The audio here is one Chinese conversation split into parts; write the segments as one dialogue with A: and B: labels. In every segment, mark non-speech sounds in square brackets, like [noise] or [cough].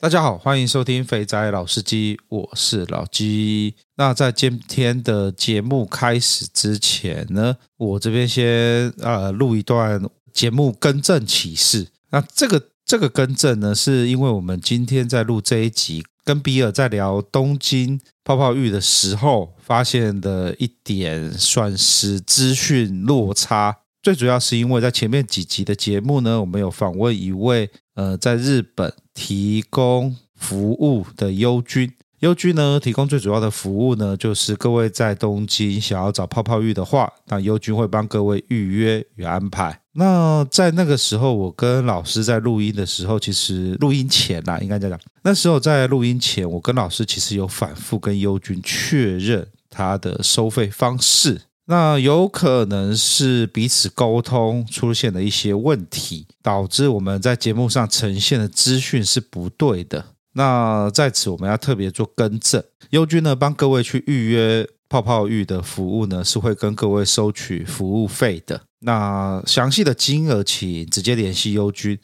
A: 大家好，欢迎收听肥仔老司机，我是老鸡。那在今天的节目开始之前呢，我这边先呃录一段节目更正启事。那这个这个更正呢，是因为我们今天在录这一集，跟比尔在聊东京泡泡浴的时候，发现的一点算是资讯落差。最主要是因为在前面几集的节目呢，我们有访问一位呃在日本提供服务的优君。优居呢，提供最主要的服务呢，就是各位在东京想要找泡泡浴的话，那优君会帮各位预约与安排。那在那个时候，我跟老师在录音的时候，其实录音前啦，应该这样讲，那时候在录音前，我跟老师其实有反复跟优君确认他的收费方式。那有可能是彼此沟通出现了一些问题，导致我们在节目上呈现的资讯是不对的。那在此我们要特别做更正，优君呢帮各位去预约泡泡浴的服务呢，是会跟各位收取服务费的。那详细的金额请直接联系优君。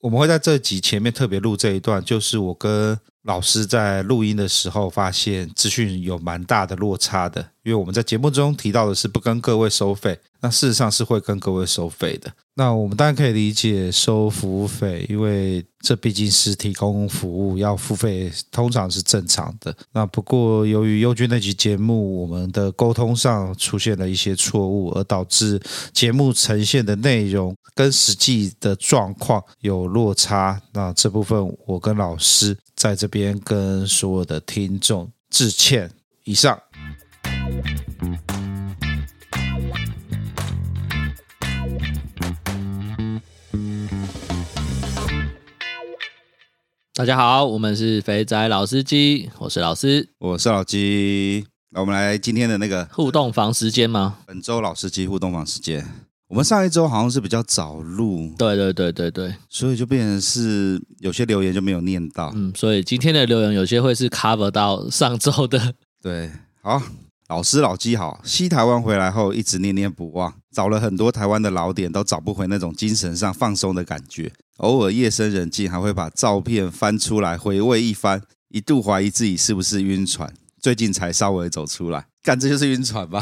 A: 我们会在这集前面特别录这一段，就是我跟老师在录音的时候发现资讯有蛮大的落差的，因为我们在节目中提到的是不跟各位收费，那事实上是会跟各位收费的。那我们当然可以理解收服务费，因为这毕竟是提供服务，要付费通常是正常的。那不过由于优君那集节目，我们的沟通上出现了一些错误，而导致节目呈现的内容跟实际的状况有落差。那这部分我跟老师在这边跟所有的听众致歉。以上。
B: 大家好，我们是肥仔老司机，我是老师。
C: 我是老鸡，那我们来今天的那个
B: 互动房时间吗？
C: 本周老司机互动房时间。我们上一周好像是比较早录，
B: 对对对对对，
C: 所以就变成是有些留言就没有念到。
B: 嗯，所以今天的留言有些会是 cover 到上周 [laughs] 的，
C: 对，好，老师老鸡好，西台湾回来后一直念念不忘，找了很多台湾的老点都找不回那种精神上放松的感觉。偶尔夜深人静，还会把照片翻出来回味一番，一度怀疑自己是不是晕船，最近才稍微走出来。干，这就是晕船吧？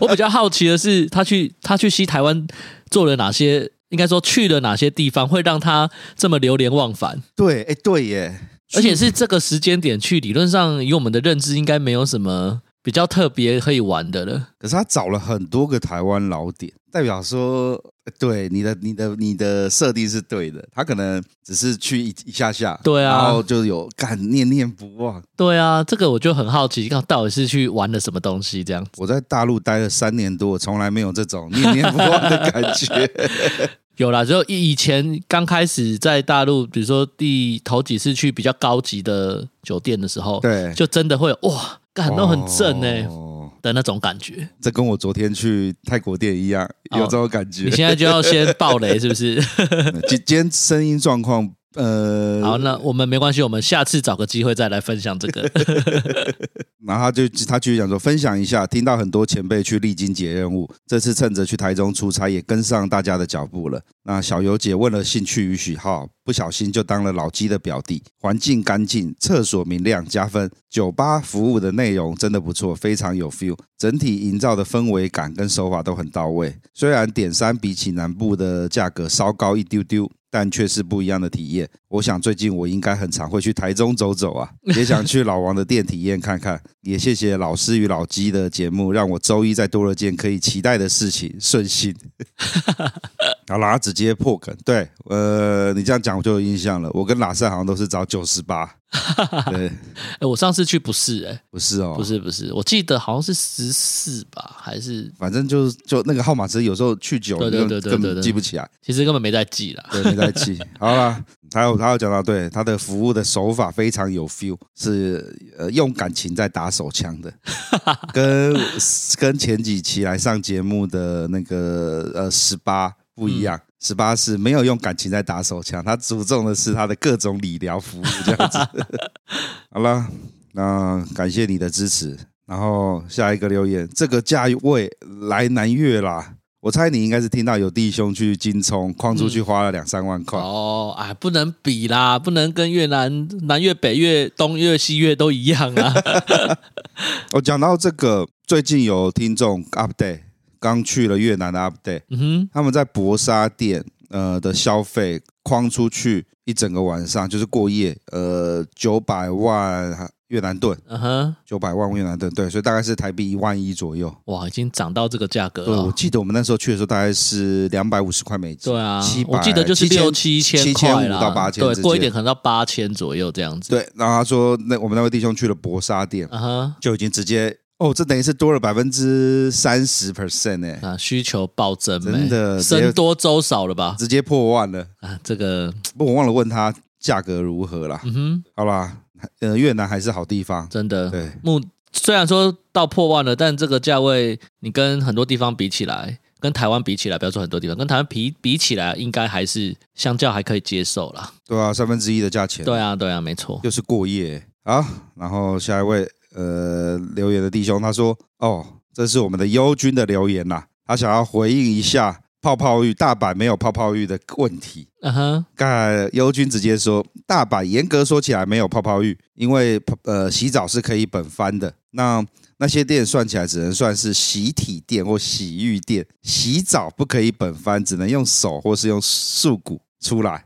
B: 我比较好奇的是，他去他去西台湾做了哪些，应该说去了哪些地方，会让他这么流连忘返，
C: 对，哎，对耶，
B: 而且是这个时间点去，理论上以我们的认知，应该没有什么比较特别可以玩的了。
C: 可是他找了很多个台湾老点，代表说，呃对你的、你的、你的设定是对的。他可能只是去一一下下，
B: 对啊
C: 然后就有干念念不忘。
B: 对啊，这个我就很好奇，到到底是去玩了什么东西这样。
C: 我在大陆待了三年多，我从来没有这种念念不忘的感觉。
B: [laughs] 有啦，就以前刚开始在大陆，比如说第头几次去比较高级的酒店的时候，
C: 对，
B: 就真的会有哇，感都很正哎、
C: 哦
B: 的那种感 [laughs] 觉。
C: 这跟我昨天去泰国店一样，
B: 哦
C: 有这种感觉
B: 你。现在就要先爆雷是不是？
C: 今今天声音状况，呃，
B: 好，那我们没关系，我们下次找个机会再来分享这个。 [laughs]
C: 然后他就他继续讲说，分享一下，听到很多前辈去历经节任务，这次趁着去台中出差，也跟上大家的脚步了。那小尤姐问了兴趣与喜好，不小心就当了老鸡的表弟。环境干净，厕所明亮，加分。酒吧服务的内容真的不错，非常有 feel，整体营造的氛围感跟手法都很到位。虽然点三比起南部的价格稍高一丢丢。但却是不一样的体验。我想最近我应该很常会去台中走走啊，也想去老王的店体验看看。也谢谢老师与老鸡的节目，让我周一再多了件可以期待的事情，顺心。
A: [laughs] 好啦，直接破梗。对，呃，你这样讲我就有印象了。我跟拉塞好像都是找九十八，对，
B: 哎、我上次去不是、哎，
A: 不是哦，
B: 不，是不是，我记得好像是十四吧，还是
A: 反正就是就那个号码，只是有时候去久了，
B: 对对
A: 就
B: 对对
A: 根
B: 对
A: 本
B: 对
A: 记不起来。
B: 其实根本没在记啦。
A: 对，没在气。好啦，还有还有讲到，对他的服务的手法非常有 feel，是呃用感情在打手枪的，跟跟前几期来上节目的那个呃十八不一样。十八是没有用感情在打手枪，他注重的是他的各种理疗服务这样子。好啦，那感谢你的支持。然后下一个留言，这个价位来南越啦，我猜你应该是听到有弟兄去金冲框出去花了两三万块，
B: 哦，哎，不能比啦，不能跟越南南越、北越、东越、西越都一
A: [laughs]
B: 样啊。
A: 我哦讲到这个，最近有听众 update，刚去了越南的 update，
B: 嗯
A: 他们在博沙店呃的消费框出去一整个晚上，就是过夜，呃，九百万越南盾，
B: 哼，嗯哼，
A: 九百万越南盾，对，所以大概是台币一万一左右。
B: 哇，已经涨到这个价格
A: 对，我
B: 了。
A: 记得我们那时候去的时候大概是两百五十块美金。
B: 啊对啊
A: 700，
B: 我记得就是
A: 7000
B: 六七
A: 7500
B: 块啦，
A: 到8000
B: 对，
A: 之
B: 过一
A: 间
B: 点可能到八千左右这样子。
A: 对，然后他说，那我们那位弟兄去了博沙店，
B: 啊哈，
A: 就已经直接哦，这等于是多了百分之三十 percent 哎，
B: 啊，需求暴增、欸，
A: 真的直接
B: 僧多粥少了吧？
A: 直接破万了。
B: 啊，这个，
A: 不，我忘了问他价格如何啦。
B: 嗯哼，
A: 好啦，呃，越南还是好地方，
B: 真的，
A: 对，
B: 目虽然说到破万了，但这个价位，你跟很多地方比起来，跟台湾比起来，不要说很多地方，跟台湾比比起来，应该还是相较还可以接受啦。
A: 对啊，三分之一的价钱，
B: 对啊，对啊，没错。
A: 又是过夜啊。然后下一位呃留言的弟兄他说，哦，这是我们的优君的留言啦，他想要回应一下泡泡浴大阪没有泡泡浴的问题。
B: 嗯哼，
A: 刚才优君直接说，大阪严格说起来没有泡泡浴，因为泡呃洗澡是可以本番的。那那些店算起来只能算是洗体店或洗浴店，洗澡不可以本番，只能用手或是用束骨出来。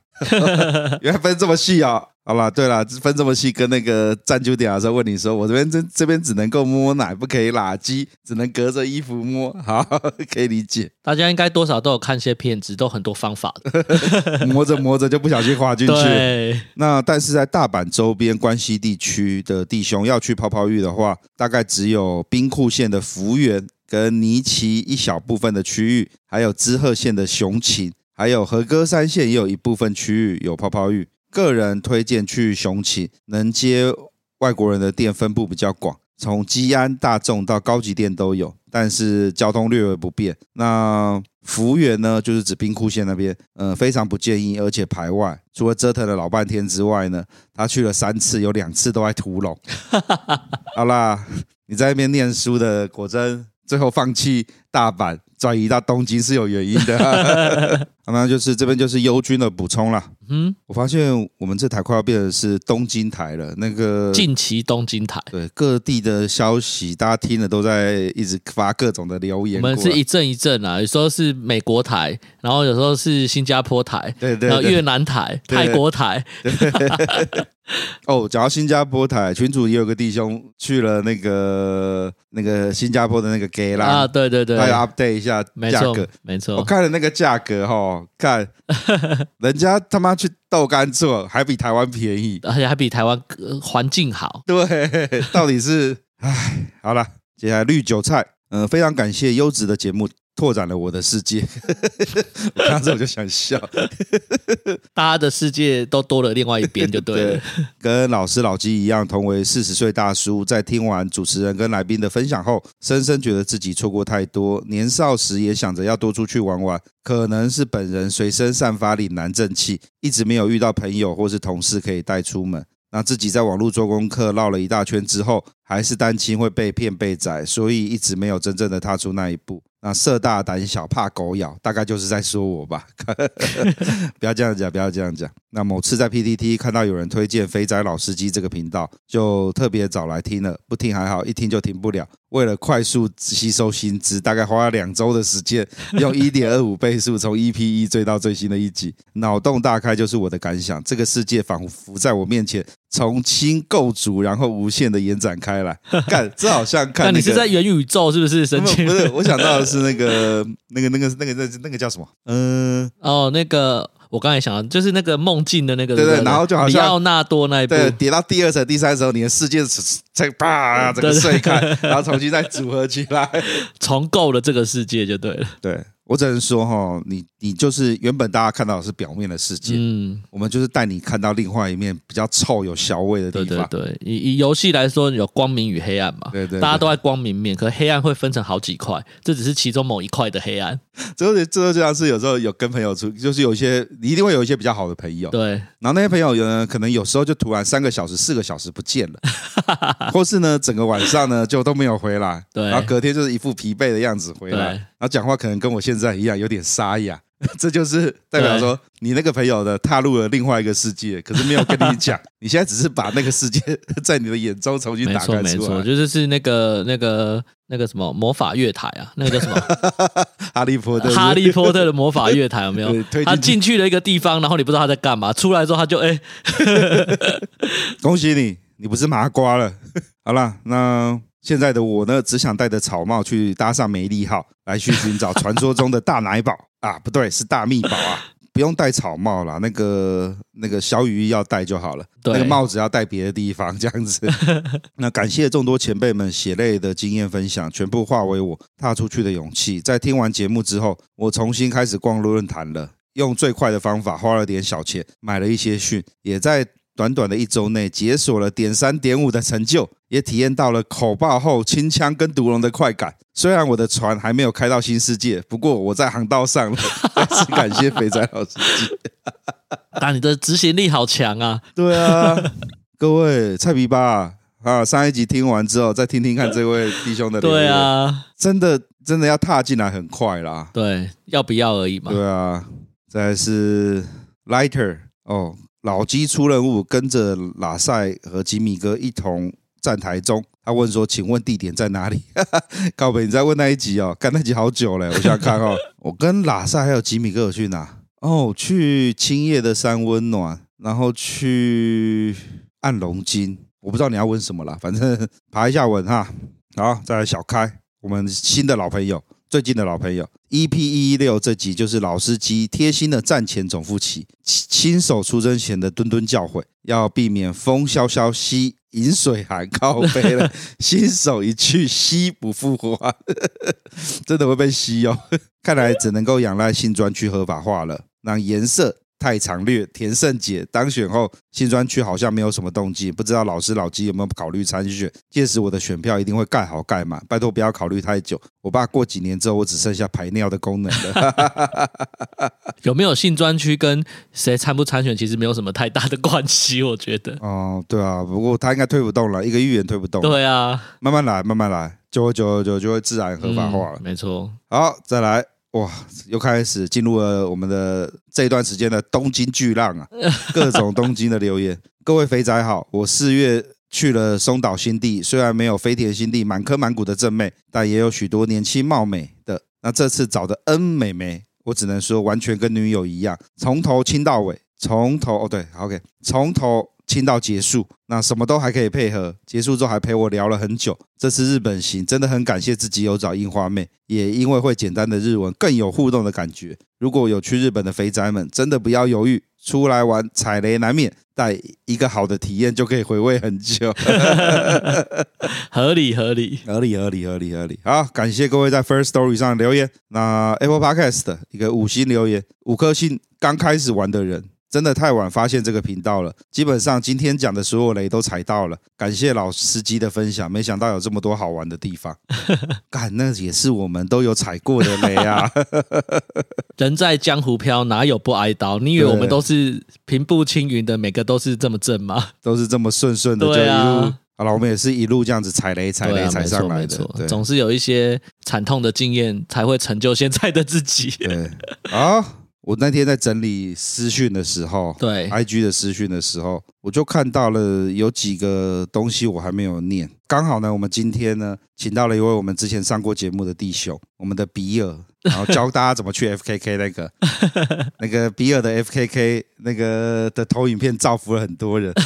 A: 原来分这么细哦。好啦，对啦，分这么细，跟那个站酒点的啊时候问你说，我这边这这边只能够摸奶，不可以拉鸡，只能隔着衣服摸。好， [laughs] 可以理解。
B: 大家应该多少都有看些片子，都很多方
A: [laughs]
B: 法的。
A: 摸着摸着就不小心滑进去。
B: 对，
A: 那但是在大阪周边关西地区的弟兄要去泡泡浴的话，大概只有兵库县的福原跟尼崎一小部分的区域，还有滋贺县的熊琴，还有和歌山县也有一部分区域有泡泡浴。个人推荐去熊琴，能接外国人的店分布比较广，从基安、大众到高级店都有，但是交通略为不便。那服务员呢，就是指兵库县那边，呃，非常不建议，而且排外。除了折腾了老半天之外呢，他去了三次，有两次都在屠龙。好啦，你在那边念书的，果真最后放弃大阪，转移到东京是有原因的。那就是这边就是优军的补充啦。
B: 嗯，
A: 我发现我们这台快要变成是东京台了，那个
B: 近期东京台，
A: 对各地的消息，大家听了都在一直发各种的留
B: 我
A: 言过来。
B: 们是一阵一阵啊，有时候是美国台，然后有时候是新加坡台，
A: 对对
B: 然后
A: 对
B: 越南台、
A: 对
B: 泰国台，
A: 哦，讲到新加坡台，群主也有个弟兄去了那个那个新加坡的那个 gay 啦，
B: 啊，对对对，
A: 他要 update 一下
B: 没
A: 哎价
B: 错
A: 格。
B: 没
A: 我
B: 错，
A: 看了那个价格哈，看人家他妈去豆干做还比台湾便
B: [laughs]
A: 宜，
B: 而且还比台湾呃环境好。
A: 对，到底是唉，好了，接下来绿韭菜，嗯、非常感谢优质的节目拓展了我的世界， [laughs] 我看到这我就想笑，
B: 大家的世界都多了另外一边就对了。
A: 跟老师老鸡一样，同为四十岁大叔，在听完主持人跟来宾的分享后，深深觉得自己错过太多。年少时也想着要多出去玩玩，可能是本人随身散发岭南正气，一直没有遇到朋友或是同事可以带出门。那自己在网络做功课绕了一大圈之后，还是担心会被骗被宰，所以一直没有真正的踏出那一步。那色大胆小，怕狗咬，大概就是在说我吧。不要这样讲，不要这样讲。那某次在 PTT 看到有人推荐“肥仔老司机”这个频道，就特别找来听了。不听还好，一听就停不了。为了快速吸收新知，大概花了两周的时间，
B: [laughs]
A: 用一点二五倍速从 E EP 一追到最新的一集，脑洞大开就是我的感想。这个世界仿佛在我面前重新构筑，然后无限的延展开
B: [laughs]
A: 来。干，这好像看、那
B: 那
A: 个、
B: 你是在元宇宙是不是？
A: [laughs]
B: 神
A: 不是
B: 经
A: 不是，我想到的是那个那个那个那个那个那个叫什么？嗯、
B: 哦，那个我刚才想到，就是那个梦境的那个，
A: 对对
B: 不
A: 然后就好像
B: 里奥纳多那一部，
A: 对，跌到第二层、第三层，你的世界才啪整个
B: 对对
A: 碎开， [laughs] 然后重新再组合起来。
B: 重构了这个世界就对了。
A: [laughs] 对我只能说哈、你你就是原本大家看到的是表面的世界，
B: 嗯，
A: 我们就是带你看到另外一面比较臭有小味的地
B: 对对
A: 方。
B: 对，以以游戏来说，有光明与黑暗嘛，
A: 对对对
B: 大家都在光明面，可黑暗会分成好几块，这只是其中某一块的黑暗。
A: 这就这就像是有时候有跟朋友出，就是有一些你一定会有一些比较好的朋友，
B: 对，
A: 然后那些朋友呢，可能有时候就突然三个小时、四个小时不见
B: [laughs]
A: 了，或是呢整个晚上呢就都没有回来，
B: 对
A: 然后隔天就是一副疲惫的样子回来，
B: 对
A: 然后讲话可能跟我现在一样有点沙哑， [laughs] 这就是代表说你那个朋友呢踏入了另外一个世界，可是没有跟你
B: [laughs]
A: 讲，你现在只是把那个世界 [laughs] 在你的眼中重新
B: 没
A: 打
B: 错
A: 开
B: 没
A: 出
B: 错，
A: 来。
B: 就是是那个那个那个什么魔法月台啊，那个叫什么
A: 哈利 [laughs] 波特，
B: 哈利波特的魔法月台有没有
A: [laughs] 对推进？
B: 他进去了一个地方，然后你不知道他在干嘛，出来之后他就哎、
A: 恭喜你，你不是麻瓜了。 [laughs] 好啦，那现在的我呢，只想戴着草帽去搭上梅利号，来去寻找传说中的大奶宝 [laughs] 啊，不对，是大蜜宝啊。 [laughs] 不用戴草帽啦，那个那个小雨衣要戴就好了，
B: 对
A: 那个帽子要戴别的地方，这样子。 [laughs] 那感谢众多前辈们血泪的经验分享，全部化为我踏出去的勇气。在听完节目之后，我重新开始逛论坛了，用最快的方法花了点小钱买了一些讯，也在短短的一周内解锁了点三点五的成就，也体验到了口爆后清枪跟毒龙的快感。虽然我的船还没有开到新世界，不过我在航道上了， [laughs] 再次感谢肥仔老师。
B: 但你的执行力好
A: [laughs]
B: 强啊！
A: 对啊，各位菜皮吧啊，上一集听完之后，再听听看这位弟兄的。
B: 对，啊，
A: 真的真的要踏进来很快啦。
B: 对，要不要而已嘛。
A: 对啊，再来是 Lighter 哦，老鸡出任务，跟着拉塞和吉米哥一同站台中。他问说：“请问地点在哪里？” [laughs] 告北，你在问那一集哦，干那集好久了，我想想看哦，我跟拉塞还有吉米哥有去哪？哦，去青叶的山温暖，然后去暗龙津。我不知道你要问什么啦，反正 [laughs] 爬一下文哈。好，再来小开，我们新的老朋友，最近的老朋友，EP 一一六这集就是老司机贴心的战前总复习，亲亲手出征前的敦敦教诲，要避免风萧萧兮饮水寒靠背了，新手一去兮不复活、啊，真的会被吸哦。 [laughs] 看来只能够仰赖新专区合法化了。那颜色太常略，田胜姐当选后，新专区好像没有什么动静，不知道老师老鸡有没有考虑参选？届时我的选票一定会盖好盖满， [laughs] 拜托不要考虑太久，我怕过几年之后我只剩下排尿的功能了。 [laughs]
B: 有没有性专区跟谁参不参选，其实没有什么太大的关系，我觉得。
A: 哦，对啊，不过他应该推不动了，一个预言推不动，
B: 对啊，
A: 慢慢来，慢慢来，久而久而久就会自然合法化了。
B: 嗯没错。
A: 好，再来，哇，又开始进入了我们的这一段时间的东京巨浪啊，各种东京的留言。各位肥仔好，我四月去了松岛新地，虽然没有飞田新地满坑满谷的正妹，但也有许多年轻貌美的。那这次找的 N 美眉，我只能说完全跟女友一样，从头亲到尾，从头哦对好，OK，从头亲到结束，那什么都还可以配合。结束之后还陪我聊了很久。这次日本行真的很感谢自己有找樱花妹，也因为会简单的日文，更有互动的感觉。如果有去日本的肥宅们，真的不要犹豫，出来玩踩雷难免，但一个好的体验就可以回味很久。
B: 合理合理，
A: 合理合理合理合理。好，感谢各位在 First Story 上留言。那 Apple Podcast 的一个五星留言，五颗星。刚开始玩的人真的太晚发现这个频道了，基本上今天讲的所有雷都踩到了。感谢老司机的分享，没想到有这么多好玩的地
B: [laughs]
A: 方。干，那也是我们都有踩过的雷啊。
B: 人在江湖飘，哪有不挨刀？你以为
A: 对
B: 我们都是平步青云的，每个都是这么正吗？
A: 都是这么顺顺的，就一
B: 对啊
A: 路好了，我们也是一路这样子踩雷、踩
B: 对
A: 雷、
B: 啊，
A: 踩
B: 没
A: 上
B: 错
A: 来
B: 没
A: 的
B: 错。，
A: 对
B: 总是有一些惨痛的经验才会成就现在的自己。
A: 对啊！我那天在整理私讯的时候，
B: [laughs] 对
A: IG 的私讯的时候，我就看到了有几个东西我还没有念。刚好呢，我们今天呢，请到了一位我们之前上过节目的弟兄，我们的比尔然后教大家怎么去 FKK 那个那个比尔的 FKK 那个的投影片造福了很多人。 [laughs]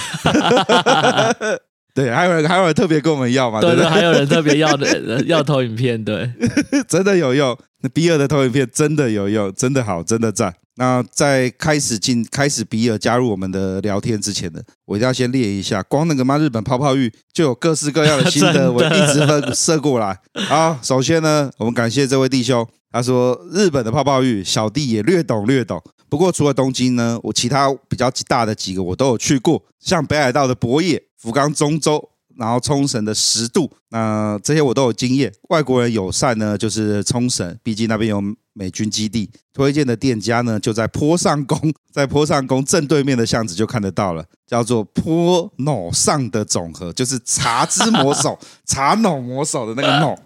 A: 对，还有人还有人特别跟我们要嘛，对
B: 对
A: 不对？
B: 对，还有人特别要的要投影片，对，
A: [laughs] 真的有用。那 B 二的投影片真的有用，真的好，真的赞。那在开始进开始 B 二加入我们的聊天之前呢，我一定要先列一下，光那个妈日本泡泡浴就有各式各样的心
B: 真的
A: 得，我一直分射过来。好，首先呢，我们感谢这位弟兄，他说日本的泡泡浴，小弟也略懂略懂。不过除了东京呢，我其他比较大的几个我都有去过，像北海道的博野、福冈中州，然后冲绳的十度，那、这些我都有经验。外国人友善呢，就是冲绳，毕竟那边有美军基地。推荐的店家呢，就在坡上宫，在坡上宫正对面的巷子就看得到了，叫做坡脑上的总和，就是茶之魔手、 [laughs] 茶脑魔手的那个脑。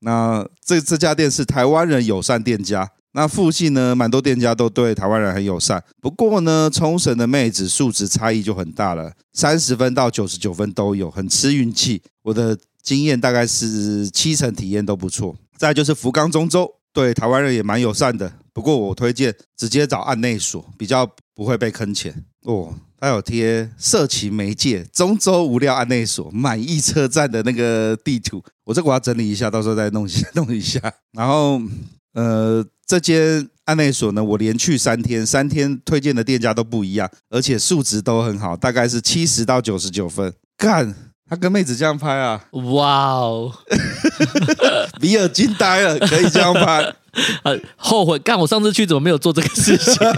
A: 那这这家店是台湾人友善店家。那附近呢，蛮多店家都对台湾人很友善。不过呢，冲绳的妹子素质差异就很大了，三十分到九十九分都有，很吃运气。我的经验大概是七成体验都不错。再来就是福冈中州，对台湾人也蛮友善的。不过我推荐直接找案内所，比较不会被坑钱哦。它有贴色情媒介中州无料案内所满意车站的那个地图，我这个我要整理一下，到时候再弄一下弄一下。然后呃，这间案内所呢，我连去三天，三天推荐的店家都不一样，而且数值都很好，大概是七十到九十九分。干，他跟妹子这样拍啊，
B: 哇哦，
A: 比尔惊呆了，可以这样拍。
B: 呃，后悔，干我上次去怎么没有做这个事情？
A: [laughs]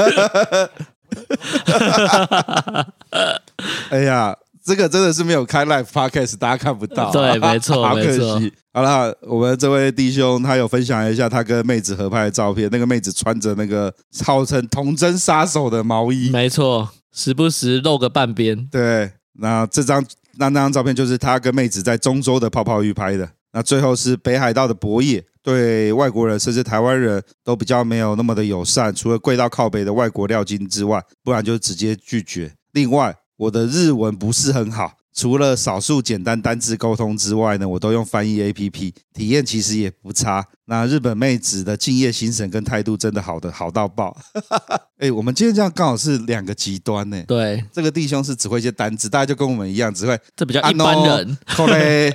A: 哎呀，这个真的是没有开 live podcast，大家看不到、
B: [laughs] 对没错
A: [laughs] 好可
B: 没错
A: 惜。好了，我们这位弟兄他有分享一下他跟妹子合拍的照片，那个妹子穿着那个号称童真杀手的毛衣，
B: 没错，时不时露个半边，
A: 对，那这张那那张照片就是他跟妹子在中州的泡泡浴拍的。那最后是北海道的博野，对外国人甚至台湾人都比较没有那么的友善，除了贵到靠北的外国料金之外，不然就直接拒绝。另外，我的日文不是很好，除了少数简单单字沟通之外呢，我都用翻译 A P P，体验其实也不差。那日本妹子的敬业精神跟态度真的好的好到爆。 [laughs] 哎，我们今天这样刚好是两个极端呢、
B: 对，
A: 这个弟兄是只会一些单字，大家就跟我们一样，只会
B: 这比较呃一般人，
A: 后来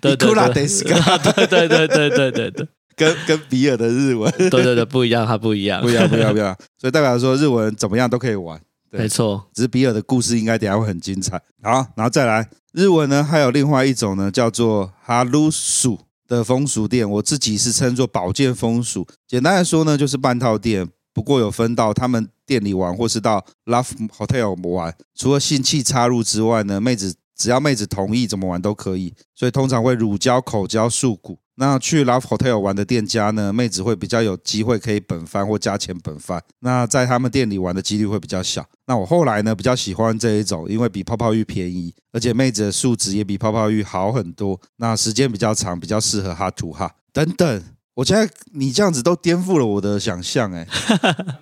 B: 对对对
A: Deska
B: 对对对对对对对
A: 跟跟比尔的日文
B: 对对对，不一样，它不一样
A: 不，一样，不一样，不一样。 [laughs] 所以代表说日文怎么样都可以玩，对
B: 没错，
A: 哦只是比尔的故事应该等一下会很精彩。好，然后再来日文呢，还有另外一种呢，叫做哈鲁鼠的风俗店，我自己是称作保健风俗。简单来说呢，就是半套店，不过有分到他们店里玩，或是到 Love Hotel 玩。除了性器插入之外呢，妹子只要妹子同意，怎么玩都可以。所以通常会乳交、口交、束骨。那去 Love Hotel 玩的店家呢，妹子会比较有机会可以本番或加钱本番。那在他们店里玩的几率会比较小。那我后来呢，比较喜欢这一种，因为比泡泡浴便宜，而且妹子的数值也比泡泡浴好很多。那时间比较长，比较适合哈图哈等等。我现在你这样子都颠覆了我的想象哎、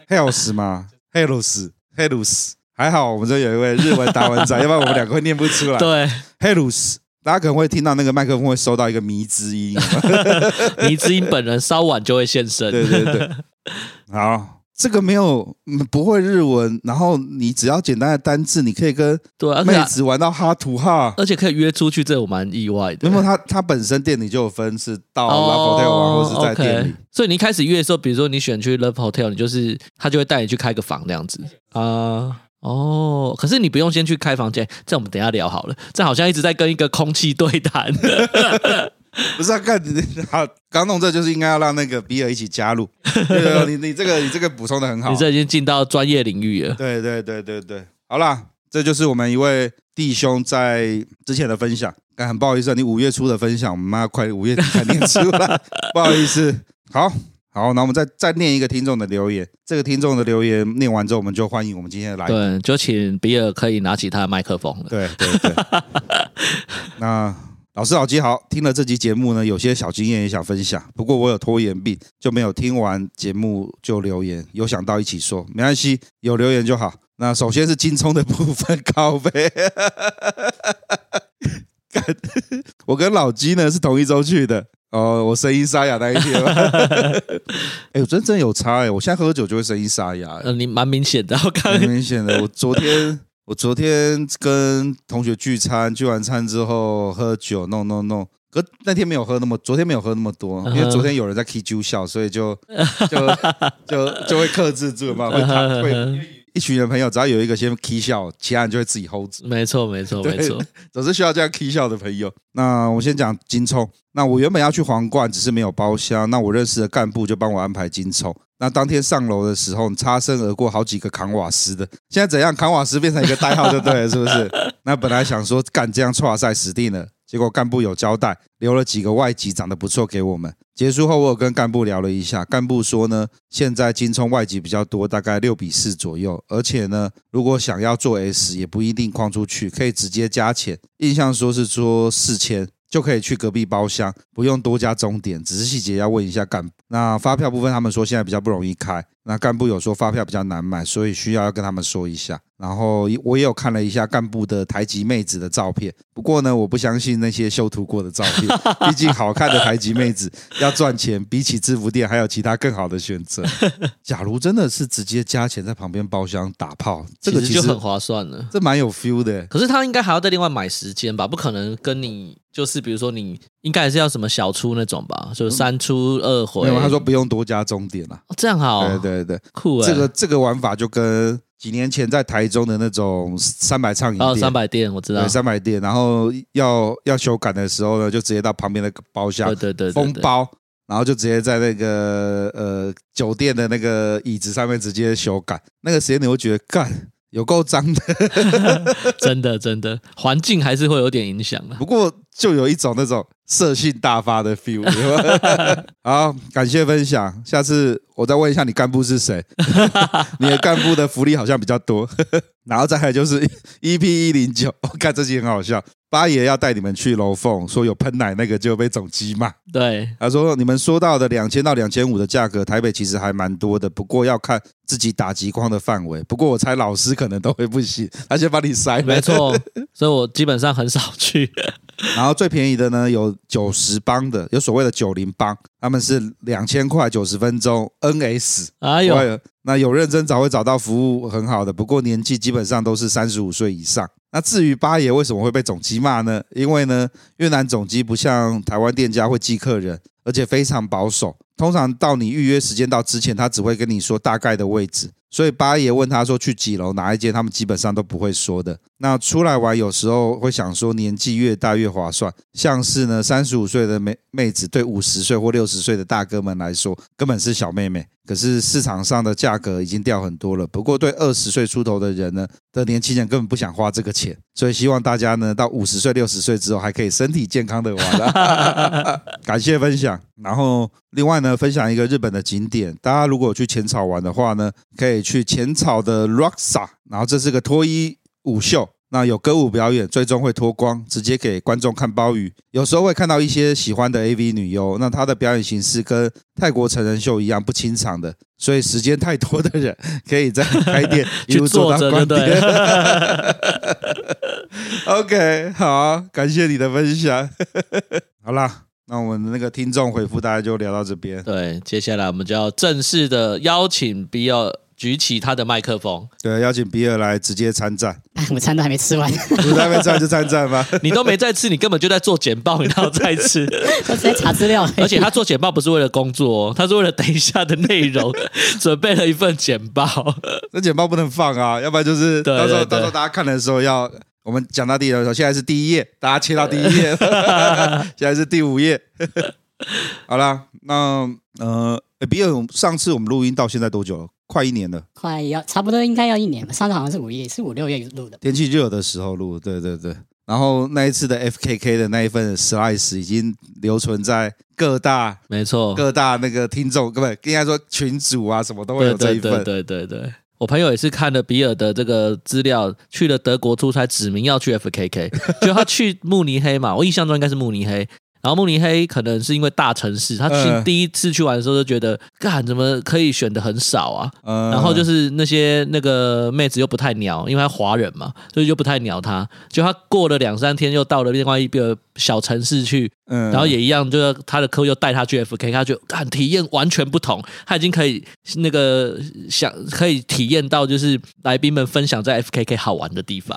A: Hells 吗？Hells Hells，还好我们这有一位日文达文仔，要不然我们两个会念不出来。
B: 对，
A: Hells，大家可能会听到那个麦克风会收到一个迷之音。
B: 黎智英本人稍晚就会现身，
A: 对对对，好，这个没有嗯不会日文，然后你只要简单的单字，你可以跟
B: 对，而且
A: 妹子玩到哈图哈。
B: 而且可以约出去，这我蛮意外的
A: 因。为他他本身店里就有分是到 Love
B: 哦
A: Hotel 玩，或是在
B: OK
A: 店里。
B: 所以你一开始约的时候，比如说你选去 Love Hotel，你就是他就会带你去开个房那样子啊。哦，可是你不用先去开房间，这我们等一下聊好了。这好像一直在跟一个空气对
A: [laughs]
B: 谈。
A: 不是啊，干你好，刚弄这就是应该要让那个比尔一起加入。对对对，你你这个你这个补充的很好
B: 你。这已经进到专业领域了。
A: 对对对对对，好啦，这就是我们一位弟兄在之前的分享。但很不好意思啊，你五月初的分享，我们妈快五月底才念出来，不好意思。好好，那我们再再念一个听众的留言。这个听众的留言念完之后，我们就欢迎我们今天的来宾。
B: 对，就请比尔可以拿起他的麦克风了。
A: 对对对。那老师老鸡好，听了这集节目呢，有些小经验也想分享，不过我有拖延病，就没有听完节目就留言，有想到一起说，没关系，有留言就好。那首先是金冲的部分 [laughs] 靠背。干我跟老鸡呢是同一周去的，哦，我声音沙哑那一天吗。哎、我真真有差哎、我现在喝酒就会声音沙哑、欸，
B: 呃，你蛮明显的，我刚
A: 很明显的。我昨天我昨天跟同学聚餐，聚完餐之后喝酒弄弄弄，可那天没有喝那么，昨天没有喝那么多，因为昨天有人在 K 酒笑，所以就就就就会克制住嘛，会他会。一群人朋友，只要有一个先 K 笑，其他人就会自己 hold 住。
B: [laughs] 没错，没错，
A: 对
B: 没错。
A: 总是需要这样 K 笑的朋友。那我先讲金冲。那我原本要去皇冠，只是没有包厢。那我认识的干部就帮我安排金冲。那当天上楼的时候，擦身而过好几个扛瓦斯的。现在怎样？扛瓦斯变成一个代号就对了，是不是？那本来想说干这样错赛死定了，结果干部有交代，留了几个外籍长得不错给我们。结束后，我有跟干部聊了一下，干部说呢，现在金冲外籍比较多，大概六比四左右，而且呢，如果想要做 S 也不一定框出去，可以直接加钱，印象说是说四千。就可以去隔壁包厢，不用多加终点，只是细节要问一下干部。那发票部分，他们说现在比较不容易开，那干部有说发票比较难买，所以需要要跟他们说一下。然后我也有看了一下干部的台籍妹子的照片，不过呢，我不相信那些修图过的照片，毕竟好看的台籍妹子要赚钱，比起制服店还有其他更好的选
B: [laughs]
A: 择。假如真的是直接加钱在旁边包厢打炮，这个
B: 其
A: 其
B: 实就
A: 实
B: 很划算了。
A: 这蛮有 feel 的、欸
B: 可是他应该还要再另外买时间吧？不可能跟你就是比如说你应该还是要什么小出那种吧，就是三出二回。
A: 嗯没有，他说不用多加终点了、
B: 欸哦这样好，
A: 对对对，
B: 酷哎、
A: 这个这个玩法就跟几年前在台中的那种三百畅饮
B: 哦
A: 店，
B: 三百店我知道
A: 对，三百店，然后要要修改的时候呢，就直接到旁边的包厢
B: 对对对，对
A: 封
B: 对
A: 包，然后就直接在那个呃酒店的那个椅子上面直接修改。那个时间你会觉得干有够脏的，
B: [laughs] 真的真的环境还是会有点影响啊
A: [laughs]
B: 的。
A: 不过就有一种那种色性大发的 feel。好，感谢分享，下次我再问一下你干部是谁， [laughs] 你的干部的福利好像比较多。 [laughs] 然后再来就是 EP 一零九，我看这集很好笑。八爷要带你们去楼凤，说有喷奶那个就被总机骂。
B: 对，
A: 他说：“你们说到的两千到两千五的价格，台北其实还蛮多的，不过要看自己打极光的范围。不过我猜老师可能都会不行，他先把你塞了。
B: 没错，所以我基本上很少
A: [laughs]
B: 去。
A: 然后最便宜的呢有九十磅的，有所谓的九零磅，他们是两千块九十分钟 NS。
B: 哎呦，
A: 有那有认真找会找到服务很好的，不过年纪基本上都是三十五岁以上。那至于八爷为什么会被总机骂呢？因为呢，越南总机不像台湾店家会记客人，而且非常保守。通常到你预约时间到之前，他只会跟你说大概的位置。所以八爷问他说去几楼哪一间，他们基本上都不会说的。那出来玩有时候会想说年纪越大越划算，像是呢三十五岁的妹妹子对五十岁或六十岁的大哥们来说根本是小妹妹，可是市场上的价格已经掉很多了。不过对二十岁出头的人呢的年轻人根本不想花这个钱，所以希望大家呢到五十岁六十岁之后还可以身体健康的玩、啊感谢分享。然后另外呢，分享一个日本的景点，大家如果有去浅草玩的话呢，可以去浅草的 Roxa，然后这是个脱衣舞秀。那有歌舞表演，最终会脱光，直接给观众看鲍鱼。有时候会看到一些喜欢的 AV 女优，那她的表演形式跟泰国成人秀一样不清场的，所以时间太多的人可以在开店一
B: [laughs] 去
A: 路做
B: 坐
A: 到
B: 着
A: 关
B: 就
A: 店
B: 对。了。
A: [laughs] OK，好，感谢你的分享。 [laughs] 好啦，那我们那个听众回复大家就聊到这边。
B: 对，接下来我们就要正式的邀请 B 二举起他的麦克风，
A: 对，邀请比尔来直接参战，
D: 哎，我们餐都还没吃完， [laughs]
A: 不在边站就参战吧。
B: 你都没在吃，你根本就在做简报，你还要再吃？
A: [laughs]
D: 我只在查资料。
B: [laughs] 而且他做简报不是为了工作、哦，他是为了等一下的内
A: [laughs]
B: 容准备了一份简报。
A: [laughs] 那简报不能放啊，要不然就是
B: 对
A: 到时候
B: 对对
A: 到时候大家看的时候要，我们讲到第一页的时候，现在是第一页，大家切到第一页， [laughs] 现在是第五页。好啦，那呃，诶比尔，上次我们录音到现在多久了？快一年了。
D: 快要差不多应该要一年吧，上次好像是五月，是五六月录的。 [laughs]
A: 天气热的时候录，对对对。然后那一次的 FKK 的那一份 slice 已经留存在各大
B: 没错，
A: 各大那个听众，不，应该说群主啊什么都会
B: 对
A: 有这
B: 对
A: 一
B: 对
A: 份。
B: 对对对。我朋友也是看了比尔的这个资料，去
A: [laughs]
B: 了德国出差，指名要去 FKK，就他去慕尼黑嘛，我印象中应该是慕尼黑。然后慕尼黑可能是因为大城市，他去、
A: 嗯
B: 第一次去玩的时候就觉得，干怎么可以选的很少啊？
A: 嗯
B: 然后就是那些那个妹子又不太鸟，因为她华人嘛，所以就不太鸟她。就她过了两三天，又到了另外一个小城市去，
A: 嗯
B: 然后也一样，就是她的客户又带她去 FK，她觉得看体验完全不同，她已经可以那个想可以体验到，就是来宾们分享在 FKK 好玩
A: [laughs]
B: 的地方。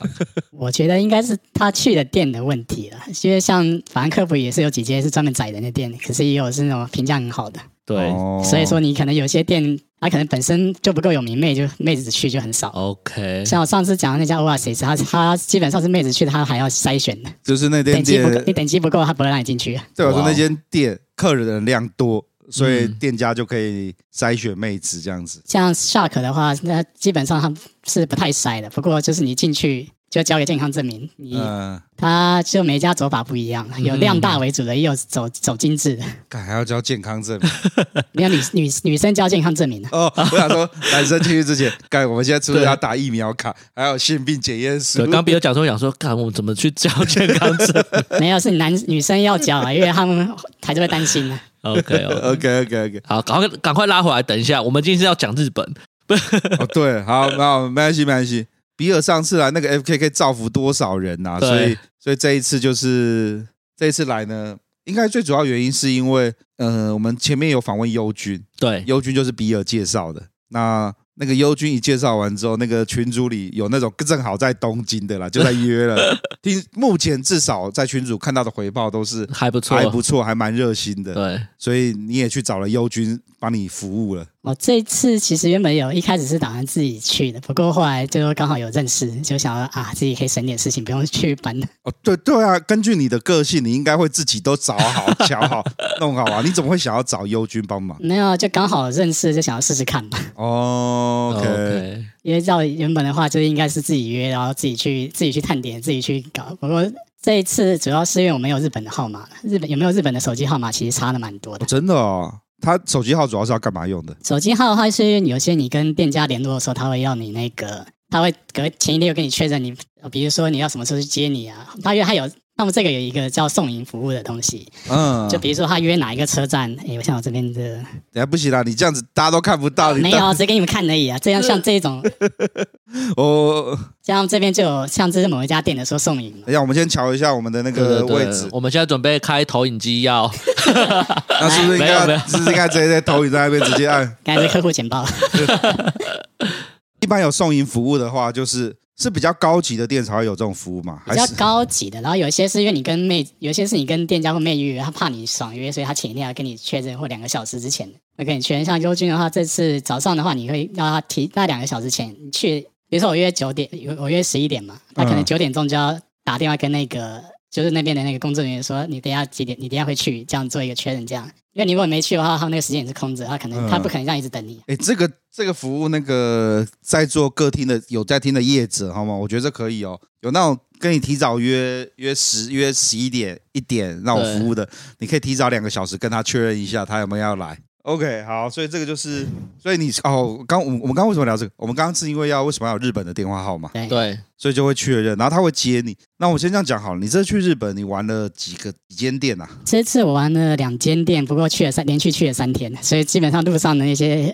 D: 我觉得应该是他去的店的问题了，因为像法兰克福也是有几间是专门宰人的店，可是也有是那种评价很好的，
B: 对、
A: 哦
D: 所以说你可能有些店，他可能本身就不够有名，妹就妹子去就很少。
B: o k
D: 像我上次讲的那家 Oasis，他他基本上是妹子去的，他还要筛选的，
A: 就是那间
D: 等级
A: 店
D: 不够，哎你等级不够，他不会让你进去。
A: 对我啊说
B: 哇哦
A: 那间店客人量多，所以
B: 嗯
A: 店家就可以筛选妹子这样子。
D: 像 Shark 的话，那基本上他是不太筛的，不过就是你进去就交给健康证明，你
A: 嗯，
D: 他就每一家走法不一样，有量大为主的，也有走走精致的，
A: 干还要交健康证明 [laughs]
D: 没有女 [laughs] 女女生交健康证明啊的。
A: 哦。我想说，男生进去之前，干我们现在除了
B: 对
A: 要打疫苗卡，还有性病检验书
B: 对，。刚比有讲说，我想说，看我们怎么去教健康证
D: 没有，是男女生要交啊，因为他们还是会担心的。啊
B: ？OK
A: [laughs]
B: OK，
A: OK OK OK，
B: 好，赶快赶快拉回来，等一下，我们今天是要讲日本。
A: 哦对，好，那没关系没关系。比尔上次来那个 FKK 造福多少人呐、
B: 对
A: 所以所以这一次就是这一次来呢，应该最主要原因是因为，呃，我们前面有访问优君，
B: 对，
A: 优君就是比尔介绍的。那那个优君一介绍完之后，那个群组里有那种正好在东京的啦，就在约了。听目前至少在群组看到的回报都是
B: 还不错，
A: 还不错，还蛮热心的。
B: 对，
A: 所以你也去找了优君帮你服务了。
D: 我哦这一次其实原本有一开始是打算自己去的，不过后来就刚好有认识，就想要啊自己可以省点事情，不用去搬。
A: 哦，对对啊，根据你的个性，你应该会自己都找好、瞧好、弄好啊。你怎么会想要找优君帮忙？
D: 没有，就刚好认识，就想要试试看嘛。
A: 哦，OK，,
D: 因为照原本的话，就是应该是自己约，然后自己去自己去探点，自己去搞。不过这一次主要是因为我没有日本的号码，日本有没有日本的手机号码，其实差的蛮多
A: 哦
D: 的。
A: 真的哦。他手机号主要是要干嘛用的？
D: 手机号的话，是有些你跟店家联络的时候，他会要你那个，他会隔前一天就跟你确认你，呃比如说你要什么时候去接你啊。他因为他有他们这个有一个叫送迎服务的东西，
A: 嗯，
D: 就比如说他约哪一个车站，哎，我像我这边的
A: 等下不行啦，你这样子大家都看不到，你
D: 没
A: 到
D: 有，只给你们看而已啊。这样像这种，
A: [laughs] 哦，
D: 像这边就有像这是某一家店的说送迎嘛。
A: 等一下，我们先瞧一下我们的那
B: 对
A: 个
B: 对
A: 位
B: 对
A: 置，
B: 我们现在准备开投影机要，
A: 那是不是应
B: 没有没
A: 该
B: 有
A: 是不是应该直接在投影在那边直接按？ [laughs]
D: 刚才是客户简报，
A: 一般有送银服务的话，就是是比较高级的店才会有这种服务嘛？
D: 比
A: 还
D: 较
A: 是
D: 高级的，然后有些是因为你跟妹，有些是你跟店家或妹约，他怕你爽约，所以他前一天要跟你确认，或两个小时之前会跟你确认。像优君的话，这次早上的话，你会要他提那两个小时前你去，比如说我约九点，我我约十一点嘛，他可能
A: 嗯
D: 九点钟就要打电话跟那个就是那边的那个工作人员说，你等一下几点，你等一下会去，这样做一个确认，这样。因为你如果没去的话，他那个时间也是空着，他可能、
A: 嗯
D: 他不可能这样一直等你。
A: 哎，这个这个服务，那个在座各厅的有在听的业者，好吗？我觉得这可以哦。有那种跟你提早约约十约十一点一点那种
B: 对
A: 服务的，你可以提早两个小时跟他确认一下他有没有要来。OK，好，所以这个就是，所以你哦，刚我们我们刚刚为什么聊这个？我们刚刚是因为要为什么要有日本的电话号码？
D: 对，
B: 对，
A: 所以就会确认，然后他会接你。那我先这样讲好了，你这次去日本，你玩了几个几间店啊？ [laughs]
D: 这次我玩了两间店，不过去了三，连续去了三天，所以基本上路上的那些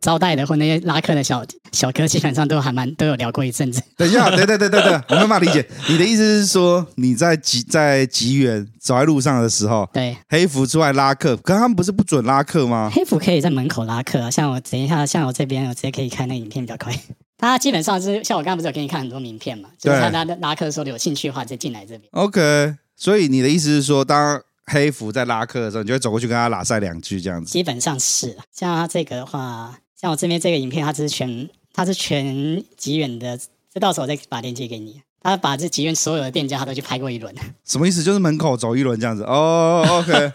D: 招待的或那些拉客的小小哥，基本上都还蛮都有聊过一阵子。
A: 等一下，等等等等等，我没办法理解你的意思是说，你在吉在吉原走在路上的时候，
D: 对，
A: 黑服出来拉客，可是他们不是不准拉客吗？
D: 黑服可以在门口拉客啊，像我等一下，像我这边，我直接可以看那个影片比较快。他基本上是像我刚刚不是有给你看很多名片嘛，就是
A: 对
D: 他拉拉客说有兴趣的话再进来这边。
A: OK，所以你的意思是说，当黑服在拉客的时候，你就会走过去跟他拉塞两句这样子。
D: 基本上是啊，像他这个的话，像我这边这个影片，它是全它是全集远的，这到时候我再把链接给你。他把这集院所有的店家他都去拍过一轮。
A: 什么意思？就是门口走一轮这样子。哦、o k